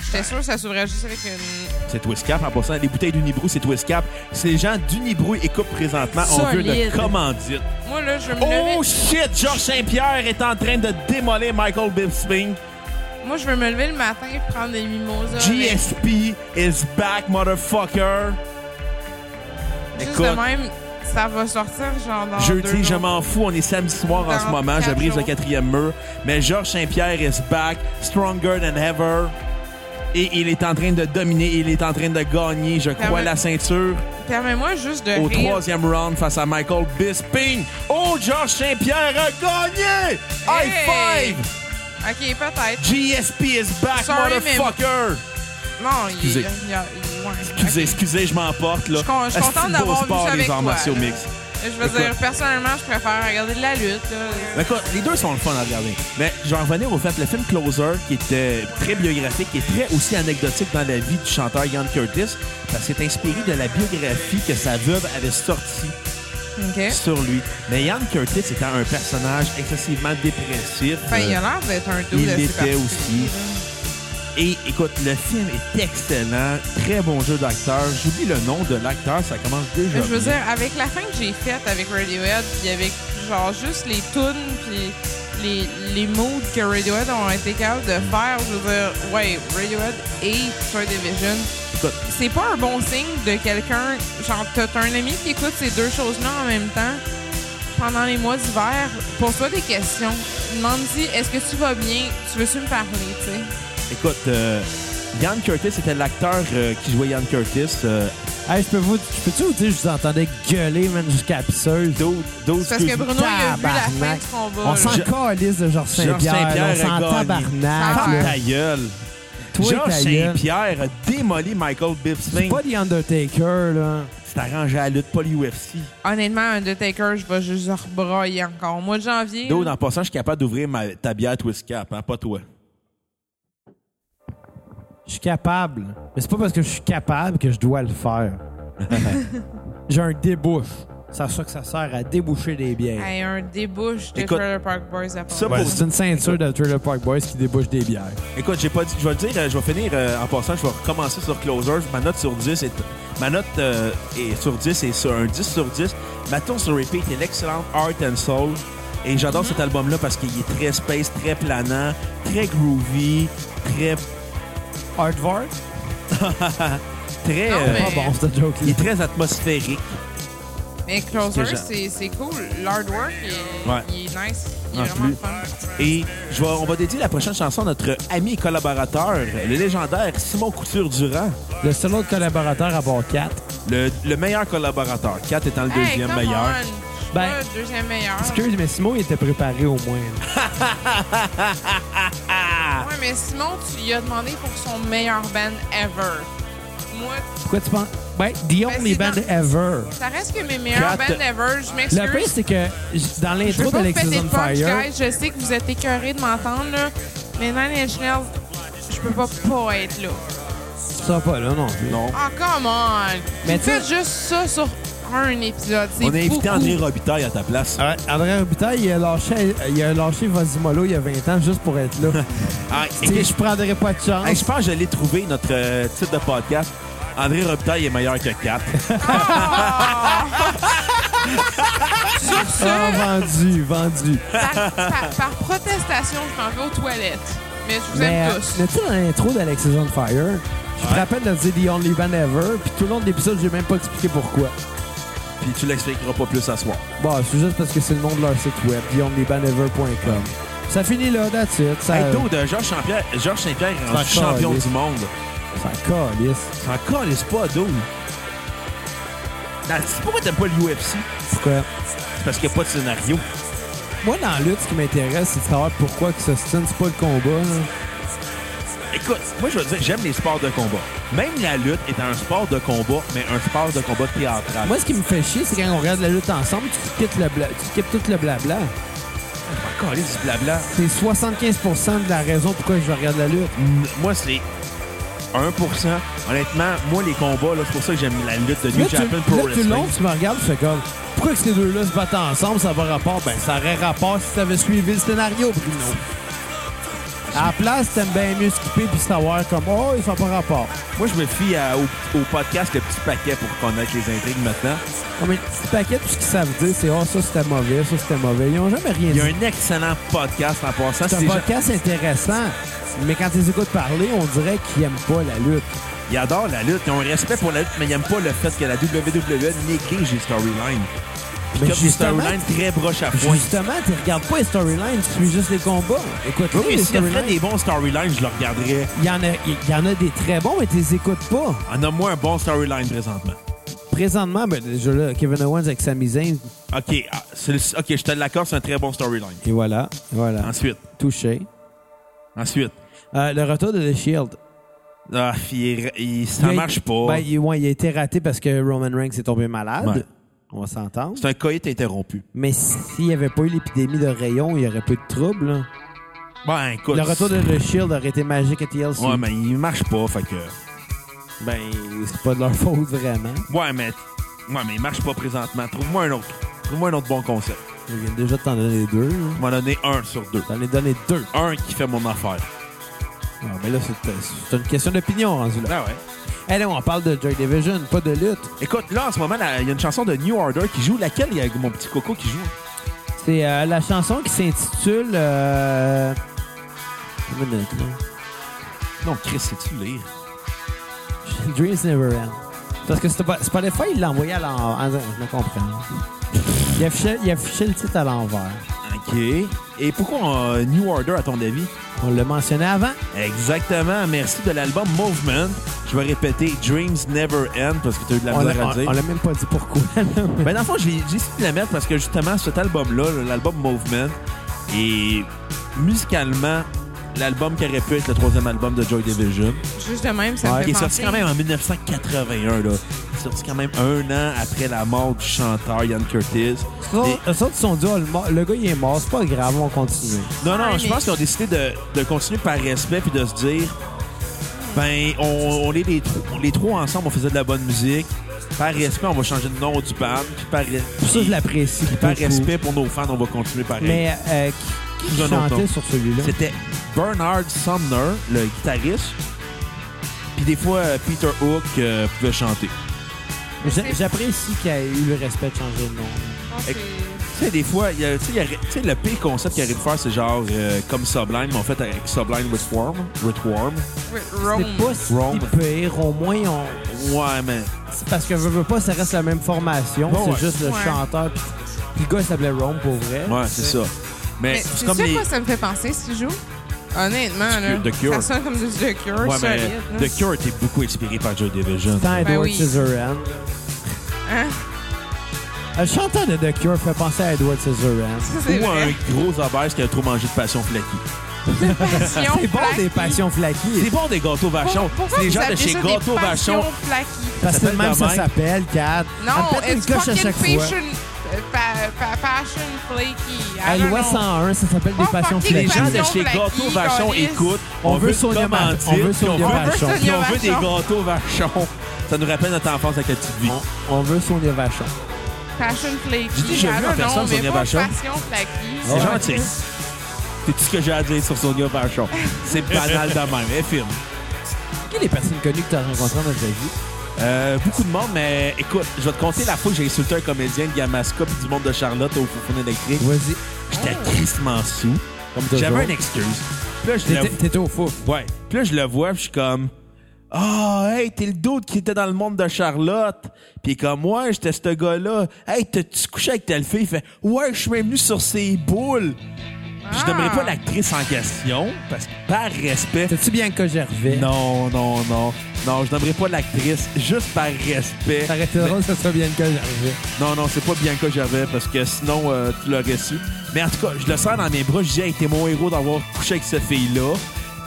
J'étais sûr que ça s'ouvrait juste avec une.
C'est Twistcap, en passant. Les bouteilles d'Unibrou, c'est Twistcap. Si les gens d'Unibrou écoutent présentement, on veut une
Solide.
commandite.
Moi, là, je veux me lever.
Oh shit! Georges Saint-Pierre est en train de démolir Michael Bisping.
Ah, Moi, je veux me lever le matin et prendre des mimosas. avec-
GSP is back, motherfucker.
Juste
Écoute,
de même, Ça va sortir genre dans deux
Jeudi,
jours.
je m'en fous, on est samedi soir en
Dans
ce moment, je
quatre
brise le
jours.
quatrième mur. Mais Georges Saint-Pierre is back, stronger than ever. Et il est en train de dominer, il est en train de gagner, je crois,
ouais.
la ceinture
Permets-moi juste de
au
rire.
troisième round face à Michael Bisping. Oh, Georges Saint-Pierre a gagné! High
Hey!
five!
Ok, peut-être.
GSP is back,
Sorry, mais-
motherfucker!
Non, il-
Excusez.
il y a. il- ouais.
Excusez,
Ok.
excusez, je m'emporte, là.
Je suis con- je suis
Asti
contente
de beau
d'avoir vu
sport,
ça avec
les arts
toi,
martiaux
là.
mixtes.
Je veux
Écoute.
dire, personnellement, je préfère regarder de la lutte. là.
Mais quoi, les deux sont le fun à regarder. Mais je vais en revenir au fait, le film Closer, qui était très biographique, qui est très aussi anecdotique dans la vie du chanteur Ian Curtis, parce qu'il est inspiré de la biographie que sa veuve avait sortie
Ok.
sur lui. Mais Ian Curtis était un personnage excessivement dépressif.
Enfin, il a l'air d'être un double
il
assez
l'était
particulier,
aussi.
là.
Et écoute, le film est excellent, très bon jeu d'acteur. J'oublie le nom de l'acteur, ça commence déjà.
Mais Je veux
bien.
dire, avec la fin que j'ai faite avec Radiohead, puis avec genre juste les tunes, puis les, les moods que Radiohead ont été capables
Mm.
de faire, je veux dire, ouais, Radiohead et Joy Division,
Écoute,
c'est pas un bon signe de quelqu'un. Genre, t'as t'as un ami qui écoute ces deux choses-là en même temps pendant les mois d'hiver. Pose-toi des questions. Demande-y, est-ce que tu vas bien? Tu veux-tu me parler, tu sais?
écoute, euh, Ian Curtis était l'acteur euh, qui jouait Ian Curtis. euh,
Hey, je peux vous. Je peux-tu vous dire, je vous entendais gueuler, man, jusqu'à la pisseuse.
D'autres, d'autres,
C'est parce que
excuse-
Bruno, il a vu la fin
tabarnak.
du combat.
On
là.
s'en
Je-
calisse de Georges
Georges
Saint-Pierre.
Saint-Pierre
on
a
s'en
gagné.
Ça
tabarnak.
va.
là.
Ta gueule.
Toi,
Georges
ta gueule.
Saint-Pierre a démoli Michael
C'est
Bisping.
pas The Undertaker, là.
C'est arrangé à la lutte, pas l'UFC.
Honnêtement, Undertaker, je vais juste rebrailler encore. Au mois de janvier.
D'autres, en passant, je suis capable d'ouvrir ma, ta bière Twist Cap, hein, pas toi.
Je suis capable. Mais c'est pas parce que je suis capable que je dois le faire. J'ai un débouche. C'est à ça que ça sert à déboucher des bières.
Hey, un débouche de
Écoute,
Trailer Park Boys à part.
ça,
Ouais,
pour-
c'est une ceinture de Trailer Park Boys qui débouche des bières.
Écoute, j'ai pas dit, je vais le dire, euh, je vais finir euh, en passant, je vais recommencer sur Closer. Ma note sur 10 est, ma note, euh, est sur 10 et sur un 10 sur 10. Ma tour sur repeat est l'excellente Art and Soul. Et
Mm-hmm.
j'adore cet album-là parce qu'il est très space, très planant, très groovy, très,
Hardvart?
très,
Non,
euh,
Pas
mais-
bon, cette
il
joke-là.
est très atmosphérique.
Mais
que
Closer,
j'aime.
c'est c'est cool. L'hardwork, il,
Ouais.
il est nice. Il
En
est vraiment
plus.
fun.
Et je vais- on va dédier la prochaine chanson à notre ami et collaborateur, le légendaire Simon Couture-Durand,
Le seul autre collaborateur à bord 4.
le, le meilleur collaborateur, Kat étant le
Hey,
deuxième
come
meilleur.
on. Je suis
Ben,
pas le deuxième meilleur.
Excuse, mais Simon, il était préparé au moins.
Ouais, mais Simon, tu lui as demandé pour son meilleur band ever. Moi,
Pourquoi tu penses? Ben, The
Ben,
Only
c'est
Band
dans-
Ever.
ça reste que mes meilleurs
Kat-
bands ever, je m'excuse.
Le pire, c'est que j- dans
je veux
l'intro
pas
de
vous
Lexus
péter
on
de punch,
Fire,
guys. Je sais que vous êtes écœurés de m'entendre, là. Mais Nine Inch Nails, je peux pas pas être là.
ça va pas là non plus.
Non.
Oh, come on!
Mais
Mais
tu sais-
faites juste ça sur un épisode. C'est
On a invité
beaucoup.
André Robitaille à ta place.
Ouais, André Robitaille, il a lâché, il a lâché Vasimolo il y a 20 ans juste pour être là.
Ah,
Tu sais, je prendrais pas de chance.
Hey, je pense que je l'ai trouvé, notre euh, titre de podcast. André Robitaille est meilleur que Kat.
Sur ce,
Ah, vendu, vendu.
par, par- par protestation, je m'en vais aux toilettes. Mais je vous
Mais,
aime
euh,
tous.
mais tu sais, dans l'intro d'Alexis on Fire, je me rappelle de dire The Only Band Ever, puis tout le long de l'épisode, j'ai même pas expliqué pourquoi.
Puis tu l'expliqueras pas plus à soir.
Bon, c'est juste parce que c'est le nom de leur site web, theonlybandever.com. Ça finit là, that's it. Ça,
Hey, taux de Georges Saint-Pierre, Georges Saint-Pierre est rendu
Ça colle,
champion
lui.
du monde.
ça calisse.
Ça calisse pas, dude. Dans- Pourquoi t'aimes pas l'UFC?
Pourquoi?
C'est parce qu'il n'y a pas de scénario.
Moi, dans la lutte, ce qui m'intéresse, c'est de savoir pourquoi que ce stun, c'est pas le combat. là.
Écoute, moi je veux dire, j'aime les sports de combat. Même la lutte est un sport de combat, mais un sport de combat théâtral.
Moi, ce qui me fait chier, c'est quand on regarde la lutte ensemble, tu quittes, le bla- tu skippes tout le blabla.
je vais du blabla.
C'est 75 de la raison pourquoi je regarde la lutte.
M- Moi, c'est 1%. Honnêtement, moi, les combats, là, c'est pour ça que j'aime la lutte de New
Là, tu,
Japan Pro
là, tout le long,
Wrestling.
tu me regardes, tu fais comme... Pourquoi que ces deux-là se battent ensemble, ça va rapport? Ben, ça aurait rapport si t'avais suivi le scénario, Bruno. À la place, t'aimes bien mieux skipper puis savoir comme... Oh, ils font pas rapport.
Moi, je me fie à- au, au podcast Le Petit Paquet pour connaître les intrigues maintenant.
Non, mais petit paquet, tout ce qu'ils savent dire, c'est « Oh, ça, c'était mauvais, ça, c'était mauvais. » Ils ont jamais rien
Il y
dit.
a un excellent podcast en passant.
C'est
Si
un
les gens-
podcast intéressant, mais quand ils écoutent parler, on dirait qu'ils n'aiment pas la lutte.
Ils adorent la lutte, ils ont un respect pour la lutte, mais ils n'aiment pas le fait que la WWE néglige les storylines. Puis comme
Mais
des
Ben, justement-
storylines très broche à point.
Justement, tu regardes pas les storylines, tu suis juste les combats. Écoute,
Oui, oui,
les
s'il y avait
storylines,
des bons storylines, je le regarderais.
il y, en a- il y en a des très bons, mais tu les écoutes pas.
En a moins un bon storyline présentement.
Présentement, ben, déjà là, Kevin Owens avec Sami Zayn,
OK, ah, c'est le- ok, je te l'accorde, c'est un très bon storyline.
et voilà, voilà,
Ensuite,
touché.
ensuite.
Euh, le retour de The Shield.
Ah, il- il- ça
Il a-
marche pas.
Ben, il, ouais, il a été raté parce que Roman Reigns est tombé malade.
Ouais.
On va s'entendre.
C'est un coït interrompu.
Mais s'il n'y avait pas eu l'épidémie de rayons, il y aurait peu de troubles. là.
Ben, écoute.
Le retour de The Shield aurait été magique à TLC.
Ouais, mais il marche pas, fait que.
Ben, c'est pas de leur faute vraiment.
Ouais, mais. Ouais, mais il marche pas présentement. Trouve-moi un autre. Trouve-moi un autre bon concept.
Je viens déjà de t'en donner deux. là.
Tu m'en donné un sur deux.
T'en as donné deux.
Un qui fait mon affaire.
Ah, ben là, c'est c'est une question d'opinion rendu là.
Ah ouais.
Eh non, on parle de Joy Division, pas de lutte.
Écoute, là, en ce moment, là, il y a une chanson de New Order qui joue. Laquelle il y a mon petit coco qui joue?
C'est euh, la chanson qui s'intitule. Euh... une minute, là.
Non, Chris, c'est-tu lire?
Dreams Never End. Parce que c'était pas- Spotify, il l'a envoyé à l'envers. Ah, Je me comprends. Il affichait, il affichait le titre à l'envers.
OK. Et pourquoi euh, New Order, à ton avis?
On l'a mentionné avant.
Exactement. Merci de l'album Movement. Je vais répéter Dreams Never End parce que tu as eu de la
On l'a
misère à
on-
dire.
on l'a même pas dit pourquoi. là.
Ben, dans le fond, j'ai j'ai décidé de la mettre parce que justement, cet album-là, l'album Movement, est musicalement l'album qui aurait pu être le troisième album de Joy Division.
Juste de même, ça me
Qui
fait
est sorti
penser.
quand même en 1981, là. Il est sorti quand même un an après la mort du chanteur Ian Curtis. Et-
Eux autres, ils sont dit, oh, le, mo- le gars, il est mort, c'est pas grave, on continue.
Non, non,
Ouais,
je
mais-
pense qu'ils ont décidé de, de continuer par respect puis de se dire, ben, on, on est les, tro- les trois ensemble, on faisait de la bonne musique. Par respect, on va changer de nom du band. Puis par, re-
Pour ça, je l'apprécie.
puis par
beaucoup.
respect pour nos fans, on va continuer pareil.
Mais euh, qui, qui
Sous un autre nom.
chantait sur celui-là?
C'était Bernard Sumner, le guitariste. Puis des fois, euh, Peter Hook euh, pouvait chanter.
J'a- J'apprécie qu'il y ait eu le respect de changer de nom.
Je pense que c'est-
Tu sais, des fois, il y a- tu sais, il y aurait- tu sais, le pire concept qu'il aurait pu faire, c'est genre euh, comme Sublime, mais en fait, avec Sublime with Worm. With Worm.
Rome.
C'est pas si
Rome.
pire, au moins, on...
Ouais, mais.
c'est parce que je veux pas, ça reste la même formation,
Bon,
c'est
ouais.
juste le
Ouais.
chanteur. Puis, puis le gars, il s'appelait Rome pour vrai.
Ouais, c'est ça. Mais,
Mais
c'est
c'est
comme
sûr
les.
quoi ça me fait penser, ce joue? Honnêtement, là.
The Cure.
Ça sonne comme du The Cure,
Ouais, mais
solide. hein. là.
The Cure était beaucoup inspiré par Joy Division.
Tant Edward
Ben oui.
Scissorhands.
Hein?
Le chanteur de The Cure fait penser à Edward Scissorhands.
Ça, c'est
Ou un
vrai.
gros obèse qui a trop mangé de passion flaky.
Passion
C'est bon des
plaquée.
passions flaquies.
C'est bon des gâteaux Vachon.
Pourquoi
C'est les
vous
gens de
appelez
chez
ça des
Gâteaux
passions
Vachon.
plaquées?
Parce que
s'appelle
même
de
ça
même.
s'appelle, Kat.
Non,
Elle pète une
it's
coche à
fucking
chaque fois.
passion, euh, pa- pa- passion flaky. I
Ah,
À
don't
loi
know.
101, ça s'appelle des
Oh,
passions
fucking
Les
flaquies.
gens de
Passion
chez
flaky,
Gâteaux Vachon
câlisse.
écoutent.
On veut
une
Sonia Mar-
commandite,
on veut
puis
Sonia
veut-
Vachon.
puis on
Sonia
veut des
Vachon.
gâteaux Vachon. Ça nous rappelle notre enfance avec la petite vie.
On veut Sonia Vachon.
Passion flaky.
J'ai déjà vu en personne Sonia
pas
Vachon.
Passion flaky.
C'est
ça.
gentil. C'est tout ce que j'ai à dire sur Sonia Vachon. C'est banal de même. Elle filme.
Qui les personnes connues que tu as rencontrées dans ta vie?
Euh, beaucoup de monde, mais écoute, je vais te compter la fois que j'ai insulté un comédien de Yamaska puis du monde de Charlotte au Foufoune électrique.
Vas-y.
J'étais tristement sous.
Comme
J'avais
toujours.
une excuse. Puis là, je le...
T'étais t'étais au fouf.
Ouais. Puis là, je le vois, puis je suis comme... Ah, hey, t'es le doute qui était dans le monde de Charlotte. Puis comme, ouais, j'étais ce gars-là. Hey, t'as-tu couché avec telle fille? Il fait, ouais, je suis même venu sur ses boules. Puis je nommerai pas l'actrice en question, parce que par respect...
T'as-tu bien que Gervais?
Non, non, non. Non, je nommerai pas l'actrice, juste par respect.
Ça aurait été drôle, ça serait bien que Gervais.
Non, non, c'est pas Bianca Gervais parce que sinon, euh, tu l'aurais su. Mais en tout cas, je le sers dans mes bras. Je dis, hey, t'es mon héros d'avoir couché avec cette fille-là.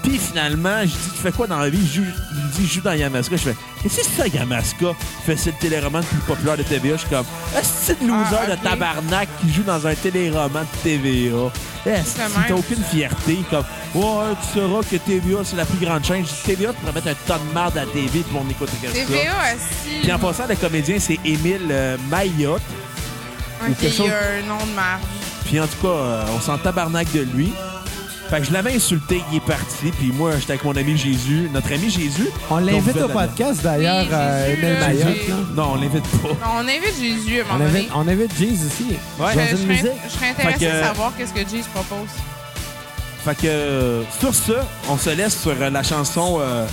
Puis finalement, je dis, tu fais quoi dans la vie? Je joue- il me dit, je joue dans Yamaska. Je fais, qu'est-ce que c'est ça, Yamaska? Il fait, c'est le téléroman le plus populaire de TVA. Je suis comme, Ah, c'est une loser
Ah, ok.
de tabarnak qui joue dans un téléroman de TVA. Est-ce
C'est
que t'as
même.
Eh, aucune fierté? Comme, ouais, tu sauras que TVA, c'est la plus grande chaîne. Je dis, TVA, tu pourrais mettre un ton de merde à la TV puis on écoute que ça.
TVA aussi.
Puis en passant, le comédien, c'est Émile euh, Mayotte.
Ok,
quelque
il
chose-
y a un nom de marque.
Puis en tout cas, euh, on s'en tabarnak de lui. Fait que je l'avais insulté, il est parti. Puis moi, j'étais avec mon ami Jésus, notre ami Jésus.
On l'invite
Donc,
au
Bella-
podcast, d'ailleurs,
Oui,
euh,
Jésus,
Emile
euh,
Mayotte.
j'ai-
là.
Non, on l'invite pas.
On invite Jésus à un
On
moment donné.
invite, on invite Jeez ici.
Ouais.
Je,
Dans
je
une
serais,
musique.
je serais intéressée
Fait que-
de savoir qu'est-ce que Jésus propose.
Fait que euh, sur ça, on se laisse sur euh, la chanson euh,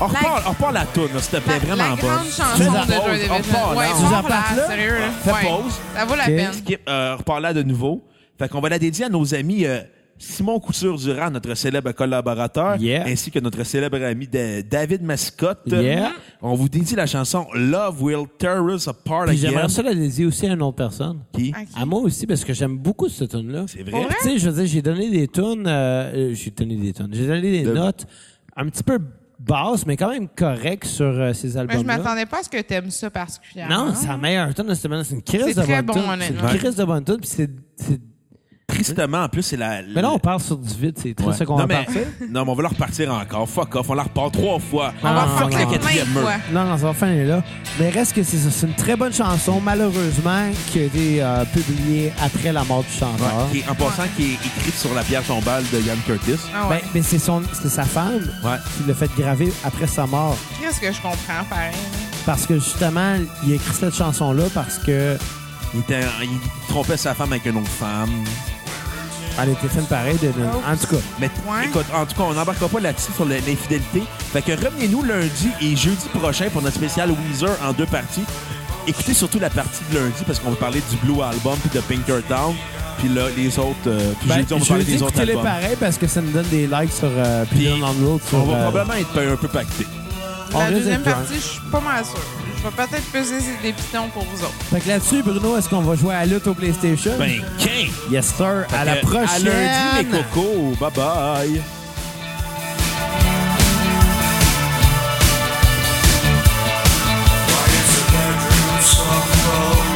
On repart, on repart la toune, là, s'il te plaît,
La, la
vraiment
grande
bonne.
chanson
la pause,
de Joy
on hein.
Division.
repart,
Ouais,
là.
on
Fais
repart,
pause.
sérieux. là.
Fais
Ouais.
pause.
Ça vaut la
Ok.
peine.
Skip, euh, repart là de nouveau. Fait qu'on va la dédier à nos amis euh, Simon Couture Durand, notre célèbre collaborateur,
Yeah.
ainsi que notre célèbre ami Da- David Mascotte.
Yeah.
On vous dédie la chanson Love Will Tear Us Apart
Puis
Again.
j'aimerais ça la dédier aussi à une autre personne.
Qui?
Ok.
À moi aussi, parce que j'aime beaucoup cette tune-là.
C'est vrai?
Pour vrai?
Tu sais, je veux dire, j'ai donné des tunes, euh, euh, j'ai donné des tunes, j'ai donné des
De-
notes un petit peu basses, mais quand même correctes sur euh, ces
Mais je
albums-là.
m'attendais pas à ce que t'aimes ça particulièrement.
Non, c'est la meilleure tune de cette semaine. C'est une crise de
C'est
bonne
très bon,
tune. C'est
honnêtement.
une crise de bonne tune, puis c'est... c'est-
Tristement, en plus, c'est la...
Mais là, on parle sur du vide, c'est
Ouais.
triste ce qu'on
non,
va
mais,
partir.
non, mais on va la repartir encore. Fuck off. On la repart trois fois.
On va
fuck
fuck
la
la
quatrième
même
mur.
fois.
Non, non, ça va finir là. Mais reste que c'est ça, c'est une très bonne chanson, malheureusement, qui a été euh, publiée après la mort du chanteur.
Qui est- en passant, qui est écrite sur la pierre tombale de Yann Curtis.
Ah
Ben,
ouais.
mais c'est son, c'est sa femme
Ouais.
qui l'a fait graver après sa mort.
Qu'est-ce que je comprends, pareil.
Parce que justement, il a écrit cette chanson-là parce que
Il, était- il trompait sa femme avec une autre femme.
elle était faite pareil. De, en tout cas,
Mais
Ouais.
écoute, en tout cas, on n'embarquera pas là-dessus sur le- l'infidélité. Fait que revenez-nous lundi et jeudi prochain pour notre spécial Weezer en deux parties. Écoutez surtout la partie de lundi parce qu'on va parler du Blue Album puis de Pinkertown. Puis là, les autres. euh, puis
ben,
jeudi, on va parler
jeudi,
des autres
écoutez-les
albums.
pareil parce que ça nous donne des likes sur euh,
Puis
Pilon on Road.
On
Sur,
va
euh,
probablement être un peu pacté.
on
La
risque
deuxième
d'être drunk.
partie, je suis pas mal sûre. Je vais peut-être peser des pitons pour vous autres.
Fait que là-dessus, Bruno, est-ce qu'on va jouer à la lutte au PlayStation?
Ben, quin!
yes, sir. À la
Euh,
prochaine.
À lundi, les cocos. Bye bye.
Why is the bedroom so cold?